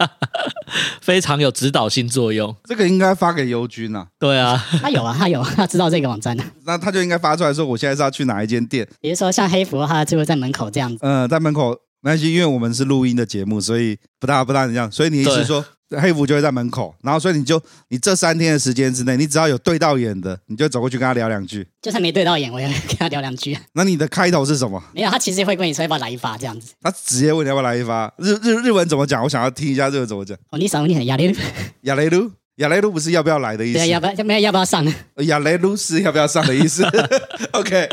B: 非常有指导性作用。
A: 这个应该发给尤军啊，
B: 对啊，
D: 他有啊，他有啊， [laughs] 他知道这个网站的、
A: 那他就应该发出来说，我现在是要去哪一间店。
D: 比如说像黑服，他就会在门口这样子。
A: 呃，在门口没关系，因为我们是录音的节目，所以不大不大能这样。所以你意思是说，黑服就会在门口，然后所以你就你这三天的时间之内，你只要有对到眼的，你就走过去跟他聊两句。
D: 就算没对到眼，我也会跟他聊两句。啊
A: 那你的开头是什么？
D: 没有，他其实会跟你说要不要来一发这样子。
A: 他直接问你要不要来一发日日日文怎么讲？我想要听一下日文怎么讲。
D: 哦，你少问你很压力，
A: 亚雷鲁，亚雷鲁不是要不要来的意
D: 对，要
A: 思，
D: 不要没有要不要上？
A: 亚雷鲁是要不要上的意思。OK，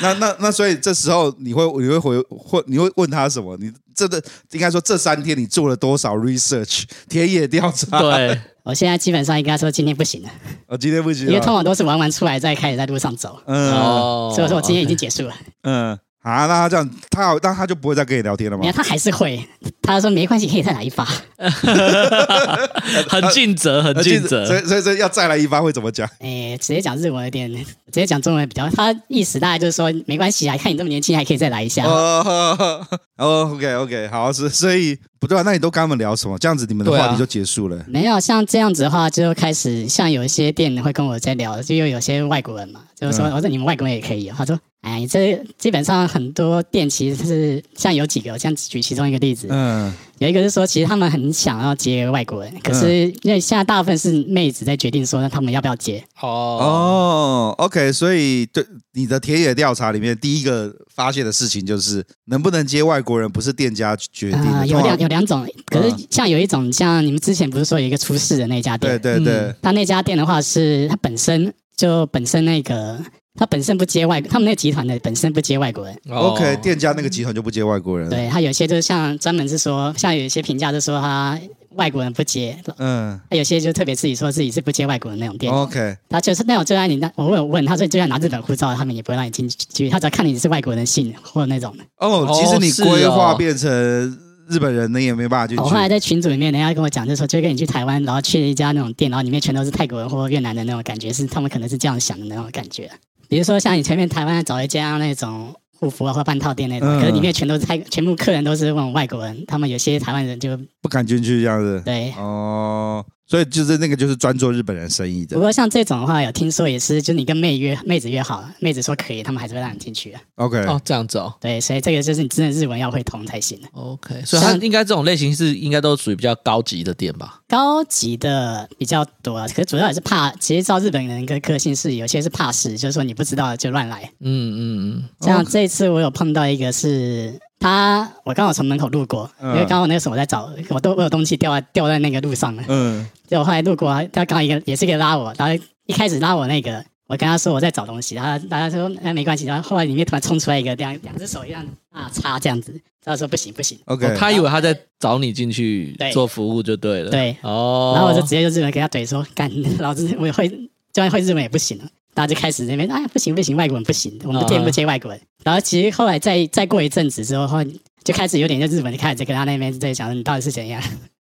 A: 那那那所以这时候你会你会回会你会问他什么？你这个应该说这三天你做了多少 research 田野调 [laughs] 查？
B: 对，
D: [laughs] 我现在基本上应该说今天不行了，
A: 哦，今天不行
D: 因为通
A: 了。
D: 常都是玩完出来再开始在路上走，
A: 嗯
B: 哦，
D: 所以我说我今天已经结束了。
A: 嗯，啊，那他这样，他好，那他就不会再跟你聊天了吗
D: 没有，？他还是会，他说没关系，可以再来一发。
B: 很尽责，很
A: 那
B: 尽
A: 呃其实
B: 责，
A: 所以所以所以要再来一发会怎么讲？
D: 诶，哎直接讲日文有点，直接讲中文比较。他意思大概就是说没关系啊，看你这么年轻，还可以再来一下。
A: 哦哦，OK OK，好，是所以不对啊，那你都跟他们聊什么？这样子你们的
B: 对啊
A: 话题就结束了。
D: 没有像这样子的话，就开始像有一些店会跟我在聊，就又有些外国人嘛，就
A: 嗯
D: 是说，我说你们外国人也可以哦。他说，哎，这基本上很多店其实是像有几个，我像举其中一个例子，
A: 嗯
D: 有一个是说，其实他们很想要接外国人，可是
A: 嗯
D: 因为现在大部分是妹子在决定说他们要不要接。
B: 哦，
A: 哦，OK，所以对你的田野调查里面，第一个发现的事情就是能不能接外国人，不是店家决定嗯
D: 啊、
A: 的，
D: 有
A: 通常
D: 两有两种，可是像有一种，像你们之前不是说有一个出事的那家店
A: 对，对对，
D: 他那家店的话是，他本身就本身那个，他本身不接外，他们那个集团的本身不接外国人。
A: OK，
B: 哦
A: 店家那个集团就不接外国人。，
D: 对他有些就是像专门是说，像有一些评价是说他外国人不接，
A: 嗯
D: 他有些就特别自己说自己是不接外国人那种店。
A: ，OK，
D: 他就是那种就算你那我问问他说你就算拿日本护照，他们也不会让你进去，他只要看你是外国人信或那种的。
A: 哦，
B: 哦
A: 其实你
B: 是
A: 规划
B: 哦
A: 变成日本人，你也没办法进
D: 我后来
A: 去。
D: 在群组里面，人家跟我讲，就是说，就跟你去台湾，然后去一家那种店，然后里面全都是泰国人或越南的那种感觉，是他们可能是这样想的那种感觉。比如说像你前面台湾找一家那种护肤啊或半套店那种，
A: 嗯
D: 可是里面全都是泰，全部客人都是那种外国人，他们有些台湾人就
A: 不敢进去这样子。
D: 对。
A: 哦，所以就是那个就是专做日本人生意
B: 哦
D: 不
A: 的。
D: 过像这种的话，有听说也是，就是你跟妹约妹子约好，妹子说可以，他们还是会让你进去的。
A: OK，
B: 哦，这样子哦
D: 对，所以这个就是你真的日文要会通才行。
B: ，OK，所以他
D: 像
B: 应该这种类型是应该都属于比较高级的店吧？
D: 高级的比较多，啊可是主要也是怕。其实照日本人的个性是，有些是怕事，就是说你不知道就乱来。
B: 嗯嗯
D: 像这次我有碰到一个是他，我刚好从门口路过，
A: 嗯
D: 因为刚好那个时候我在找，我都我有东西掉在掉在那个路上了，
A: 嗯
D: 结果后来路过，他刚好一个也是一个拉我，然后一开始拉我那个，我跟他说我在找东西，然后大家说那没关系，然后后来里面突然冲出来一个两两只手一样大叉这样子，他说不行不行，
A: ，OK，、
B: 嗯，他以为他在找你进去
D: 对
B: 做服务就对了，
D: 对
B: 哦，[laughs]
D: 然后我就直接就日文给他怼说：“干，老子我也会，就算会日文也不行了。”大家就开始那边哎不行不行，外国人不行，我们
B: 嗯
D: 接不接外国人。然后其实后来再再过一阵子之后，后来就开始有点在日本就开始在跟他那边在讲你到底是怎样。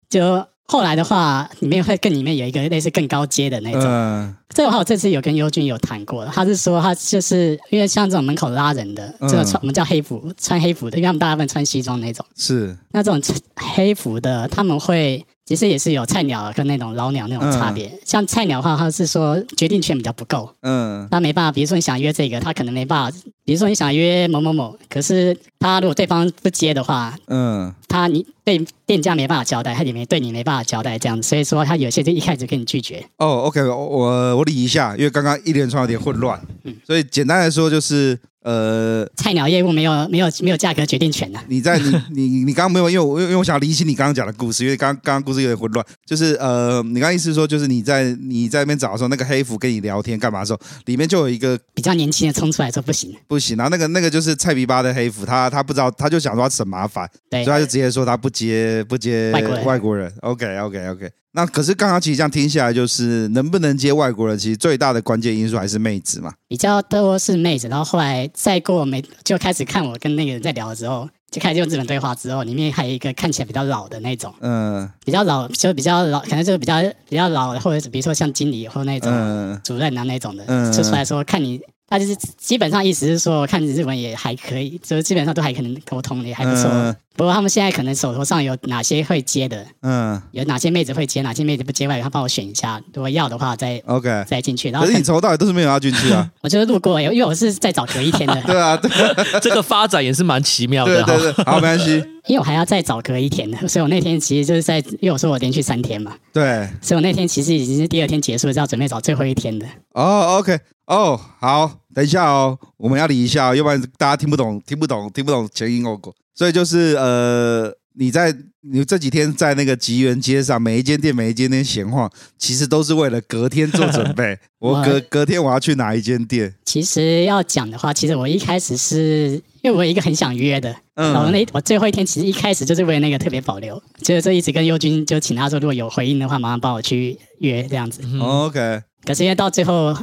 D: 就后来的话，里面会更里面有一个类似更高阶的那种。
A: 嗯
D: 这个话我这次有跟优俊有谈过，他是说他就是因为像这种门口拉人的，这个
A: 嗯
D: 穿我们叫黑服，穿黑服的，因为他们大部分穿西装那种。
A: 是
D: 那这种黑服的，他们会其实也是有菜鸟跟那种老鸟那种差别。像菜鸟的话，他是说决定权比较不够，
A: 嗯
D: 他没办法。比如说你想约这个，他可能没办法。比如说你想约某某某，可是他如果对方不接的话，
A: 嗯
D: 他你对店家没办法交代，他也没对你没办法交代这样子。所以说他有些就一开始就跟你拒绝。
A: 哦，OK，我我我理一下，因为刚刚一连串有点混乱，
B: 嗯
A: 所以简单来说就是呃，
D: 菜鸟业务没有没有没有价格决定权的、啊
A: 你在
B: [laughs]
A: 你你你刚刚没有，因为我因为我想理清你刚刚讲的故事，因为刚刚刚故事有点混乱，就是呃，你刚刚意思是说就是你在你在那边找的时候，那个黑服跟你聊天干嘛的时候，里面就有一个
D: 比较年轻的冲出来说不行，
A: 不行，然后那个那个就是菜皮巴的黑服，他他不知道，他就想说他省麻烦，
D: 对
A: 所以他就直接说他不接不接
D: 哎外国人
A: OK OK OK。那可是刚刚其实这样听下来，就是能不能接外国人，其实最大的关键因素还是妹子嘛。
D: 比较多是妹子，然后后来再过没就开始看我跟那个人在聊之后，就开始用日本对话之后，里面还有一个看起来比较老的那种，
A: 嗯
D: 比较老就比较老，可能就是比较比较老的，或者是比如说像经理或那种、
A: 嗯
D: 主任啊那种的，
A: 嗯
D: 就出来说看你，他就是基本上意思是说，看你日文也还可以，就是基本上都还可能沟通，也还不错。
A: 嗯
D: 不过他们现在可能手头上有哪些会接的，
A: 嗯
D: 有哪些妹子会接，哪些妹子不接外语，他帮我选一下，如果要的话再
A: ，OK。
D: 再进去。
A: 嗯
D: 然
A: 可
D: 后
A: 是你从头到尾都是没有要进去
D: [laughs]
A: 啊，
D: 我就是路过，因为我是在找隔一天的，
A: [laughs] 对啊，对
B: 这个发展也是蛮奇妙
A: 对啊
B: 的哈。
A: 对对，好，没关系，
D: 因为我还要再找隔一天的，所以我那天其实就是在，因为我说我连续三天嘛，
A: 对，
D: 所以我那天其实已经是第二天结束，是要准备找最后一天的。
A: 哦，OK，哦，好，等一下哦，我们要理一下、哦，要不然大家听不懂，听不懂，听不懂前因后果。所以就是呃，你在你这几天在那个吉原街上，每一间店每一间店闲晃，其实都是为了隔天做准备。我隔隔天我要去哪一间店？
D: 其实要讲的话，其实我一开始是因为我有一个很想约的，
A: 嗯
D: 然后那我最后一天其实一开始就是为了那个特别保留，就是这一直跟佑君就请他说，如果有回应的话，麻烦帮我去约这样子。
A: 哦 OK，
D: 可是因为到最后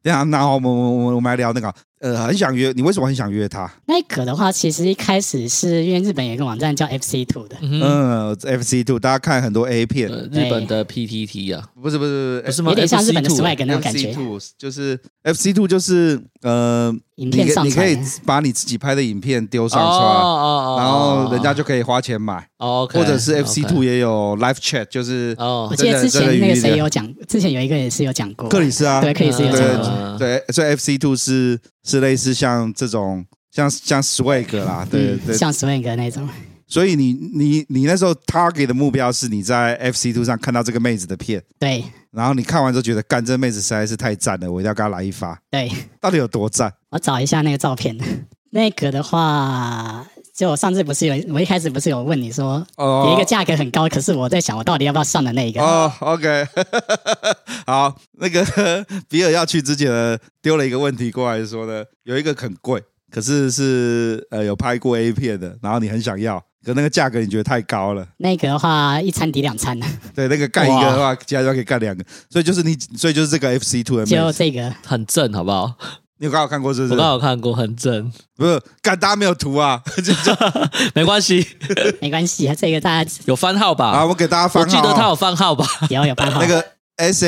A: 等一下那我们我们我们来聊那个，呃，很想约你，为什么很想约他？
D: 那一个的话，其实一开始是因为日本有一个网站叫 FC Two 的，
B: 嗯哼，
A: 嗯，FC Two，大家看很多 A 片，
B: 呃日本的 PTT 啊，
A: 不是不是
B: 不是吗
D: 有点像日本的
B: FC2
D: swag 那种感
A: FC
D: 觉，
A: Two 就是 FC Two 就是呃，
D: 影
A: 你
D: 片
A: 可
D: 上
A: 你可
D: 传啊
A: 以把你自己拍的影片丢上传，
B: 哦
A: 然后人家就可以花钱买，
B: 哦，OK，
A: 或者是 FC
B: OK
A: Two 也有 Live Chat，就是
B: 哦
D: 我，记得之
A: 这个这
D: 前
A: 个
D: 那个
A: 鱼的
D: 谁有讲，之前有一个也是有讲过，
A: 克里斯啊，
D: 对克里斯有
A: 对
D: 讲过，
A: 对，所以 FC Two 是是类似像这种像像 Swag 啦，对对，
D: 嗯像 swing 的那种，
A: 所以你你你那时候 target 的目标是你在 FC Two 上看到这个妹子的片。
D: 对
A: 然后你看完之后觉得，干这妹子实在是太赞了，我一定要跟她来一发。
D: 对，
A: 到底有多赞？
D: 我找一下那个照片， [laughs] 那个的话，就我上次不是有，我一开始不是有问你说。
A: 哦
D: 有一个价格很高，可是我在想，我到底要不要上的那一个？
A: 哦，OK，好，那个 [laughs] 比尔要去之前呢丢了一个问题过来说呢，有一个很贵，可是是呃有拍过 A 片的，然后你很想要，可那个价格你觉得太高了，
D: 那个的话，一餐抵两餐，
A: 对，那个干一个的话，其他地方可以干两个，所以就是你，所以就是这个 FC Two 的妹
D: 就
A: 子，
D: 这个
B: 很正，好不好？
A: 你有刚好看过是不
B: 我
A: 是
B: 刚？好看过，很正，
A: 不是，干大家没有图啊， [laughs] 就
B: [laughs]
A: 就
B: 没关系，
D: 没关系，这个大家
B: 有番号
A: 啊，
B: 吧？
A: 我给大家翻
B: 我
A: 号、啊
B: 记得他有番号吧？
D: 只要有办
A: [laughs]
D: 法。
A: 那个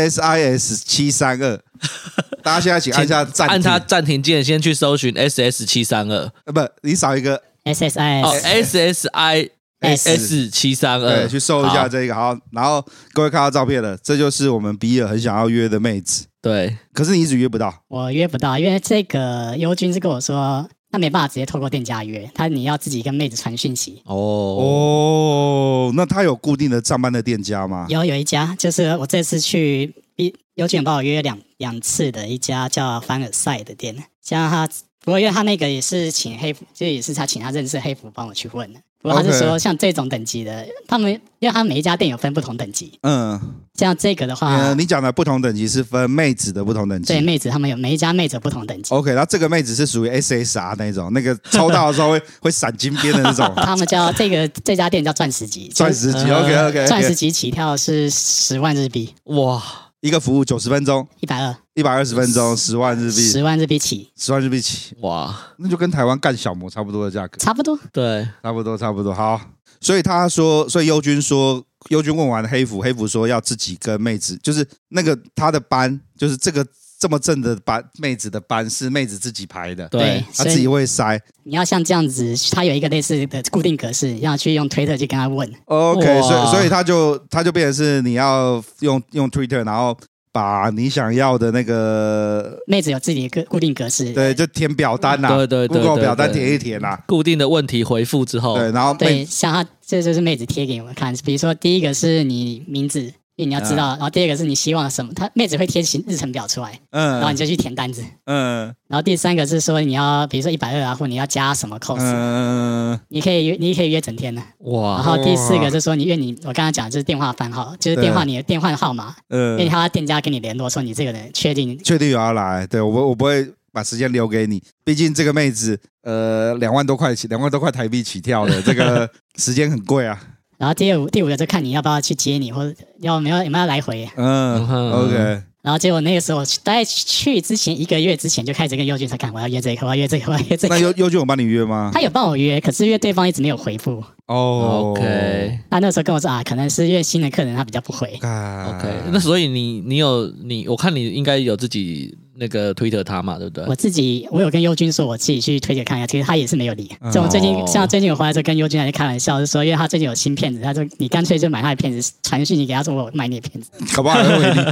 A: SSIS 七三二，
B: [laughs]
A: 大家现在请按下暂停，
B: 按它暂停键，先去搜寻 SS 七三二
A: 呃不，你少一个
B: 哦
D: SSIS，
B: ，SSI
D: S
B: S 七三
A: 对，
B: 二，
A: 去搜一下
B: 嗯好
A: 这个好，然后各位看到照片了，这就是我们比尔很想要约的妹子，
B: 对，
A: 可是你一直约不到。
D: 我约不到，因为这个优君是跟我说，他没办法直接透过店家约，他你要自己跟妹子传讯息。
B: 哦，
A: 哦，那他有固定的上班的店家吗？
D: 有有一家，就是我这次去一优君有帮我约两两次的一家叫凡尔赛的店，像他，不过因为他那个也是请黑服，就也是他请他认识黑服帮我去问的。不过他是
A: OK
D: 说像这种等级的，他们因为他每一家店有分不同等级，
A: 嗯，
D: 像这个的话
A: 呃，，你讲的不同等级是分妹子的不同等
D: 对
A: 级。
D: 妹子他们有每一家妹子有不同等级。
A: OK，那这个妹子是属于 SSR 那种，那个抽到的时候
D: [laughs]
A: 会会闪金边的那种，
D: 他们叫这个这家店叫钻石级，
A: 哦钻石级。
B: 呃
A: OK OK，
D: 钻石级起跳是十万日币，
B: 哇，
A: 一个服务九十分钟，
D: 一百二，
A: 一百二十分钟，十万日币，
D: 十万日币起，
A: 十万日币起。
B: 哇，
A: 那就跟台湾干小模差不多的价格，
D: 差不多。
B: 对，
A: 差不多，差不多。好，所以他说，所以优君说，优君问完黑服，黑服说要自己跟妹子，就是那个他的班，就是这个这么正的班，妹子的班是妹子自己排的，
B: 对，
A: 他
D: 所
A: 自己
D: 以
A: 会筛。
D: 你要像这样子，它有一个类似的固定格式，要去用推特去跟他问。
A: OK，
B: 哇
A: 所以所以他就他就变成是你要用用 Twitter，然后把你想要的那个
D: 妹子有自己的固定格式，
A: 对，就填表单呐、
B: 对对对
A: g o o g l
B: 对
A: e 表单
B: 对哦
A: 填一填呐、
B: 固定的问题回复之后，
A: 对，然后妹
D: 对，像他这就是妹子贴给我们看，比如说第一个是你名字，因为你要知道，
A: 嗯
D: 然后第二个是你希望什么，他妹子会贴行日程表出来，然后
A: 嗯
D: 你就去填单子。
A: 嗯
D: 然后第三个是说你要，比如说一百二啊，或你要加什么
A: 嗯哦
D: cos，、
A: 嗯，
D: 你可以约你可以约整天的。然
B: 哇，
D: 后第四个是说你约你，我刚刚讲的就是电话番号，就是电话你的电话号码，因为
A: 嗯
D: 他店家跟你联络说你这个人确定
A: 确定有要来，对我不我不会把时间留给你，毕竟这个妹子呃两万多块起，两万多块台币起跳
B: [laughs]
A: 的，这个时间很贵啊。
D: 然后第五第五个就看你要不要去接你，或者要没有有没有来回。
A: 嗯
B: 嗯哼
A: ，OK，
D: 然后结果那个时候我去大概去之前一个月之前就开始跟佑俊在看，我要约这个，我要约这个，我要约这
A: 那
D: 个。
A: 优优俊有帮你约吗
D: 他？有帮我约，可是约对方一直没有回复。
A: 哦
B: OK
D: 他那时候跟我说啊，可能是因为新的客人他比较不会，
A: 干
B: OK，那所以你你有你，我看你应该有自己那个推特他嘛，对不对
D: 我？自己我有跟优君说，我自己去推给看一下，其实他也是没有理。这我最近、
B: 哦
D: 像最近我回来之后跟优君还在开玩笑，就说因为他最近有新片子，他说你干脆就买他的片子，传讯息给他说我有卖你的片子。
A: 搞不好还
B: [laughs]
A: 会为你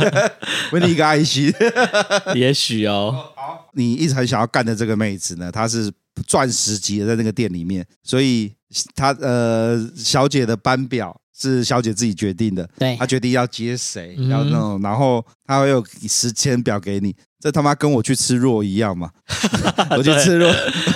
A: 为你一个爱心。
B: [laughs] 也许哦，
A: 你一直很想要干的这个妹子呢，她是钻石级的，在那个店里面，所以她呃，小姐的班表是小姐自己决定的，
D: 对
B: 啊
A: 她决定要接谁，
B: 嗯
A: 要那种，然后她会有时间表给你。这他妈跟我去吃肉一
B: [laughs]
A: 样嘛！我去吃肉，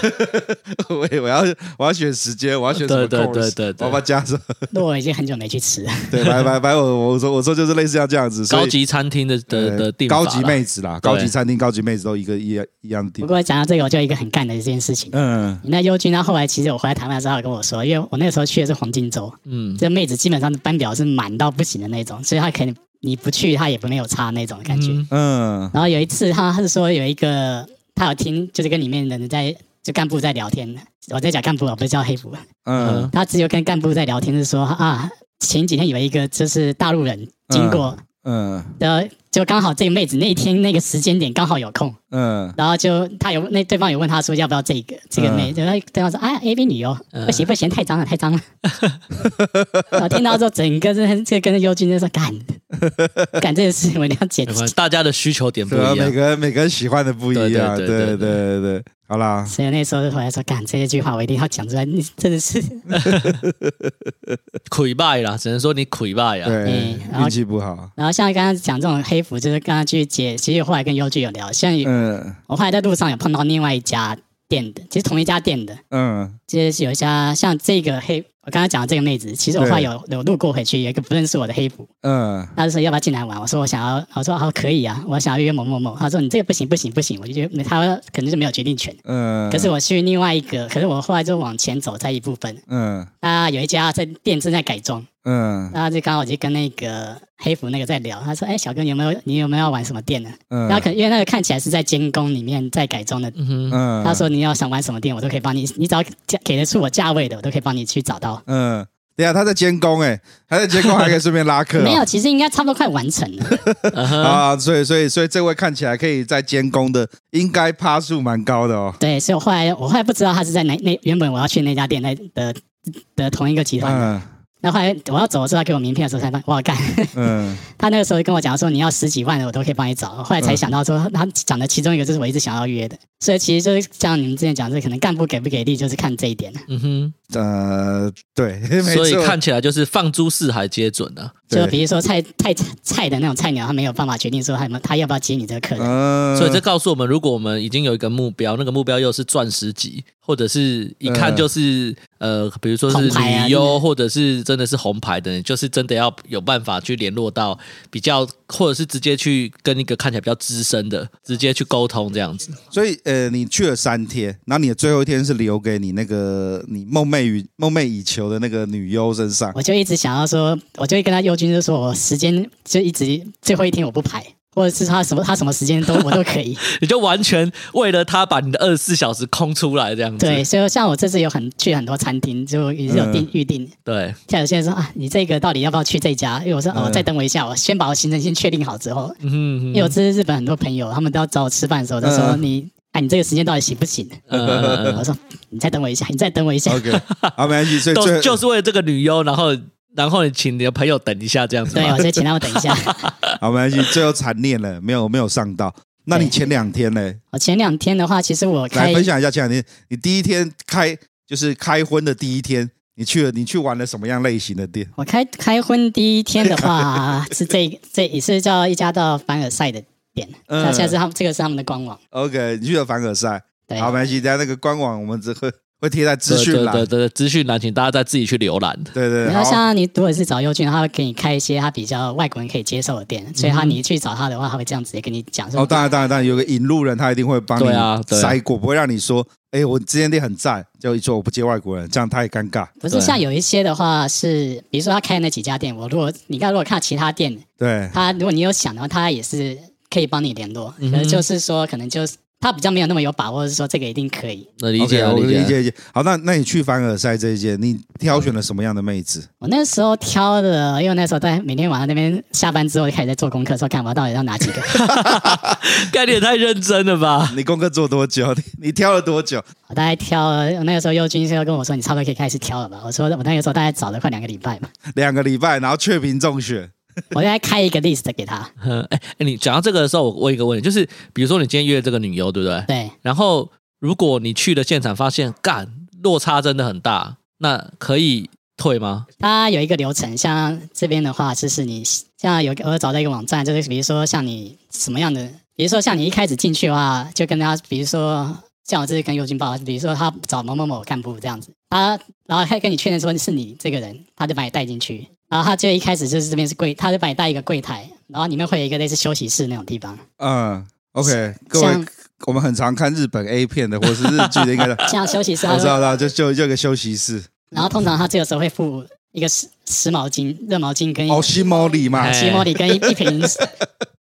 A: [laughs] 我也我要我要选时间，我要选什么
B: 对对
A: course，
B: 对对
A: 我
B: 对
A: 要不要加什么？ [laughs]
D: 那我已经很久没去吃了，
A: 对，拜拜拜！我我说我说就是类似像这样子， [laughs] 所以
B: 高级餐厅的的
A: 呃
B: 的地方，
A: 高级妹子啦，
B: 对
A: 高级餐厅、高级妹子都一个一样一样的地
D: 不
A: 方。
D: 过讲到这个，我就有一个很干的一件事情。
A: 嗯，
D: 那优君他后来其实我回来台湾的时候，他有跟我说，因为我那个时候去的是黄金周，
B: 嗯，
D: 这妹子基本上班表是满到不行的那种，所以她可能你不去，她也不没有差那种感觉。
B: 嗯
A: 嗯，
D: 然后有一次他他是说有一个他有听，就是跟里面的人在就干部在聊天，我在讲干部，我不是叫黑部，
A: 嗯，
D: 他只有跟干部在聊天是说啊，前几天有一个就是大陆人经过，
A: 嗯
D: 然后就刚好这个妹子那一天那个时间点刚好有空，
A: 嗯
D: 然后就他有那对方有问他说要不要这个这个妹，然后对方说啊 A B 女哦，
B: 嗯
D: 不行不行，太脏了太脏
B: [laughs]
D: 了。我听到之后整个这这跟优君就说干干这件事情我一定要解
B: 没
D: 决。
B: 关系，大家的需求点不
A: 对啊，
B: 一
A: 每
B: 样，
A: 个人每个人喜欢的不一样，对
B: 对对
A: 对
B: 对
A: 对对。好啦，
D: 所以那时候就回来说，干这一句话我一定要讲出来，你真
B: [laughs]
D: 的是，
B: 溃败啦，只能说你溃败啊。
A: 对
D: 嗯然，后
A: 运气不好，
D: 然后像刚刚讲这种黑服，就是刚刚去解，其实我后来跟优剧有聊，像
A: 嗯
D: 我后来在路上有碰到另外一家店的，其实同一家店的，
A: 嗯
D: 就是有一家像这个黑，我刚刚讲的这个妹子，其实我后来有有路过回去，有一个不认识我的黑服，
A: 嗯
D: 他就说要不要进来玩，我说我想要，我说好可以啊，我想要约某某某，他说你这个不行不行不行，我就觉得他可能就没有决定权。
A: 嗯，
D: 可是我去另外一个，可是我后来就往前走在一部分，
A: 嗯
D: 那有一家在店正在改装。
A: 嗯
D: 然后就刚好我就跟那个黑服那个在聊，他说：“哎、小哥，你有没有你有没有要玩什么店呢？”
A: 嗯，
D: 然后可因为那个看起来是在监工里面在改装的，
B: 嗯哼，
A: 嗯
D: 他说：“你要想玩什么店，我都可以帮你，你只要价给得出我价位的，我都可以帮你去找到。
A: 嗯，对啊，他在监工哎，他在监工还可以顺便拉客哦，
D: [laughs] 没有，其实应该差不多快完成了。
B: 嗯哼
A: 啊，所以所以所以这位看起来可以在监工的，应该趴数蛮高的哦。
D: 对，所以我后来我后来不知道他是在哪那原本我要去那家店的的的同一个集团的。
A: 嗯
D: 那后来我要走的时候，他给我名片的时候才发现，哇干！ [laughs]
A: 嗯 [laughs]
D: 他那个时候跟我讲说，你要十几万的，我都可以帮你找。后来才想到说，他讲的其中一个就是我一直想要约的，所以其实就是像你们之前讲，这可能干部给不给力，就是看这一点了。
B: 嗯哼，
A: 呃，对， [laughs] 没错
B: 所以看起来就是放诸四海皆准啊。
A: 对
D: 就比如说菜菜菜的那种菜鸟，他没有办法决定说他有没有他要不要接你这个客人。
A: 嗯，
B: 所以这告诉我们，如果我们已经有一个目标，那个目标又是钻石级，或者是一看就是、呃，比如说是
D: 红牌啊
B: 旅
D: 真
B: 游，
D: 的
B: 或者是真的是红牌的，就是真的要有办法去联络到比较，或者是直接去跟一个看起来比较资深的直接去沟通这样子。
A: 所以呃，你去了三天，然后你的最后一天是留给你那个你梦寐与梦寐以求的那个女优身上。
D: 我就一直想要说，我就会跟他友军就说我时间就一直最后一天我不排，或者是他什么他什么时间都我都可以。
B: 你就完全为了他把你的二十四小时空出来这样子。
D: 对，所以像我这次有很去很多餐厅，就也是有
A: 嗯
D: 定预定。
B: 对，
D: 像有些人说啊，你这个到底要不要去这家？因为我说哦，
A: 嗯
D: 再等我一下，我先把我行程先确定好之后，
B: 嗯
D: 因为我这是日本很多朋友，他们都要找我吃饭的时候，就说
A: 嗯
D: 你，哎，你这个时间到底行不行？
B: 嗯
D: [laughs] 我说你再等我一下，你再等我
A: [laughs]
D: 一下。
A: OK，好，没关系。所以
B: 都
A: 最
B: 就是为了这个女优，然后然后你请你的朋友等一下这样子
D: 对，
B: 吗。
D: 我就请他们等一
A: [laughs]
D: 下。
A: 好，没关系。最后残念了，没有没有上到。那你前两天呢？
D: 我前两天的话，其实我
A: 来
D: 开
A: 分享一下前两天，你第一天开就是开荤的第一天，你去了你去玩了什么样类型的店？
D: 我开开婚第一天的
A: [laughs]
D: 话，是这这也是叫一家到凡尔赛的店，
A: 嗯
D: 那现在是他们这个是他们的官网。
A: OK，你去了凡尔赛。
D: 对，
A: 好，没关系。等一下那个官网我们只会会贴在资
B: 对
A: 讯
B: 对
A: 栏
B: 对。对，资讯栏，请大家再自己去浏览。
A: 对对，对
D: 然后
A: 好。
D: 像你如果是找优俊，他会给你开一些他比较外国人可以接受的店，所以他你去找他的话，他会这样直接跟你讲说，
A: 哦，当然，当然，当然，有个引路人，他一定会帮你
B: 对啊对啊
A: 筛过，不会让你说，哎，我这间店很赞，就一说我不接外国人，这样太尴尬。
D: 不是
B: 对
D: 像有一些的话是，比如说他开那几家店，我如果你看如果看其他店，
A: 对，嗯
D: 他如果你有想的话，他也是可以帮你联络，可是就是说可能就是他比较没有那么有把握，是说这个一定可以。
B: 那理
A: OK，
B: 解啊
A: 我
B: 理
A: 理
B: 解。
A: 解理解。好，那那你去凡尔赛这一届，你挑选了什么样的妹子？
D: 我那时候挑的，因为那时候在每天晚上那边下班之后就开始在做功课，说看我到底要哪几
A: [laughs]
D: 个。
B: 概念太认真了吧？ [laughs]
A: 你功课做多久？ [laughs] 你你挑了多久？
D: 我大概挑了，那个时候佑君就跟我说，你差不多可以开始挑了吧？我说我那个时候大概找了快两个礼拜嘛，
A: 两个礼拜，然后确评中选。
D: 我大概开一个 list 给他。
B: 嗯，哎、哎你讲到这个的时候，我问一个问题，就是比如说你今天约这个女优，对不对？
D: 对，
B: 然后如果你去了现场，发现干落差真的很大，那可以退吗？
D: 它有一个流程，像这边的话，就是你像有我有找到一个网站，就是比如说像你什么样的，比如说像你一开始进去的话，就跟他，比如说像我这次跟友军报，比如说他找某某某干部这样子，他然后他跟你确认说是你这个人，他就把你带进去，然后他就一开始就是这边是柜，他就把你带一个柜台，然后里面会有一个类似休息室那种地方，
A: 嗯，OK，各位
D: 像，
A: 我们很常看日本 A 片的，或是日剧的，
D: [laughs]
A: 应该我
D: 像休息室，他会
A: 知道，知道，就就就有个休息室。
D: 然后通常他这个时候会附一个湿湿毛巾、热毛巾跟一
A: 哦，西摩里嘛
B: 哎，
D: 吸毛里跟一
A: [laughs]
D: 一瓶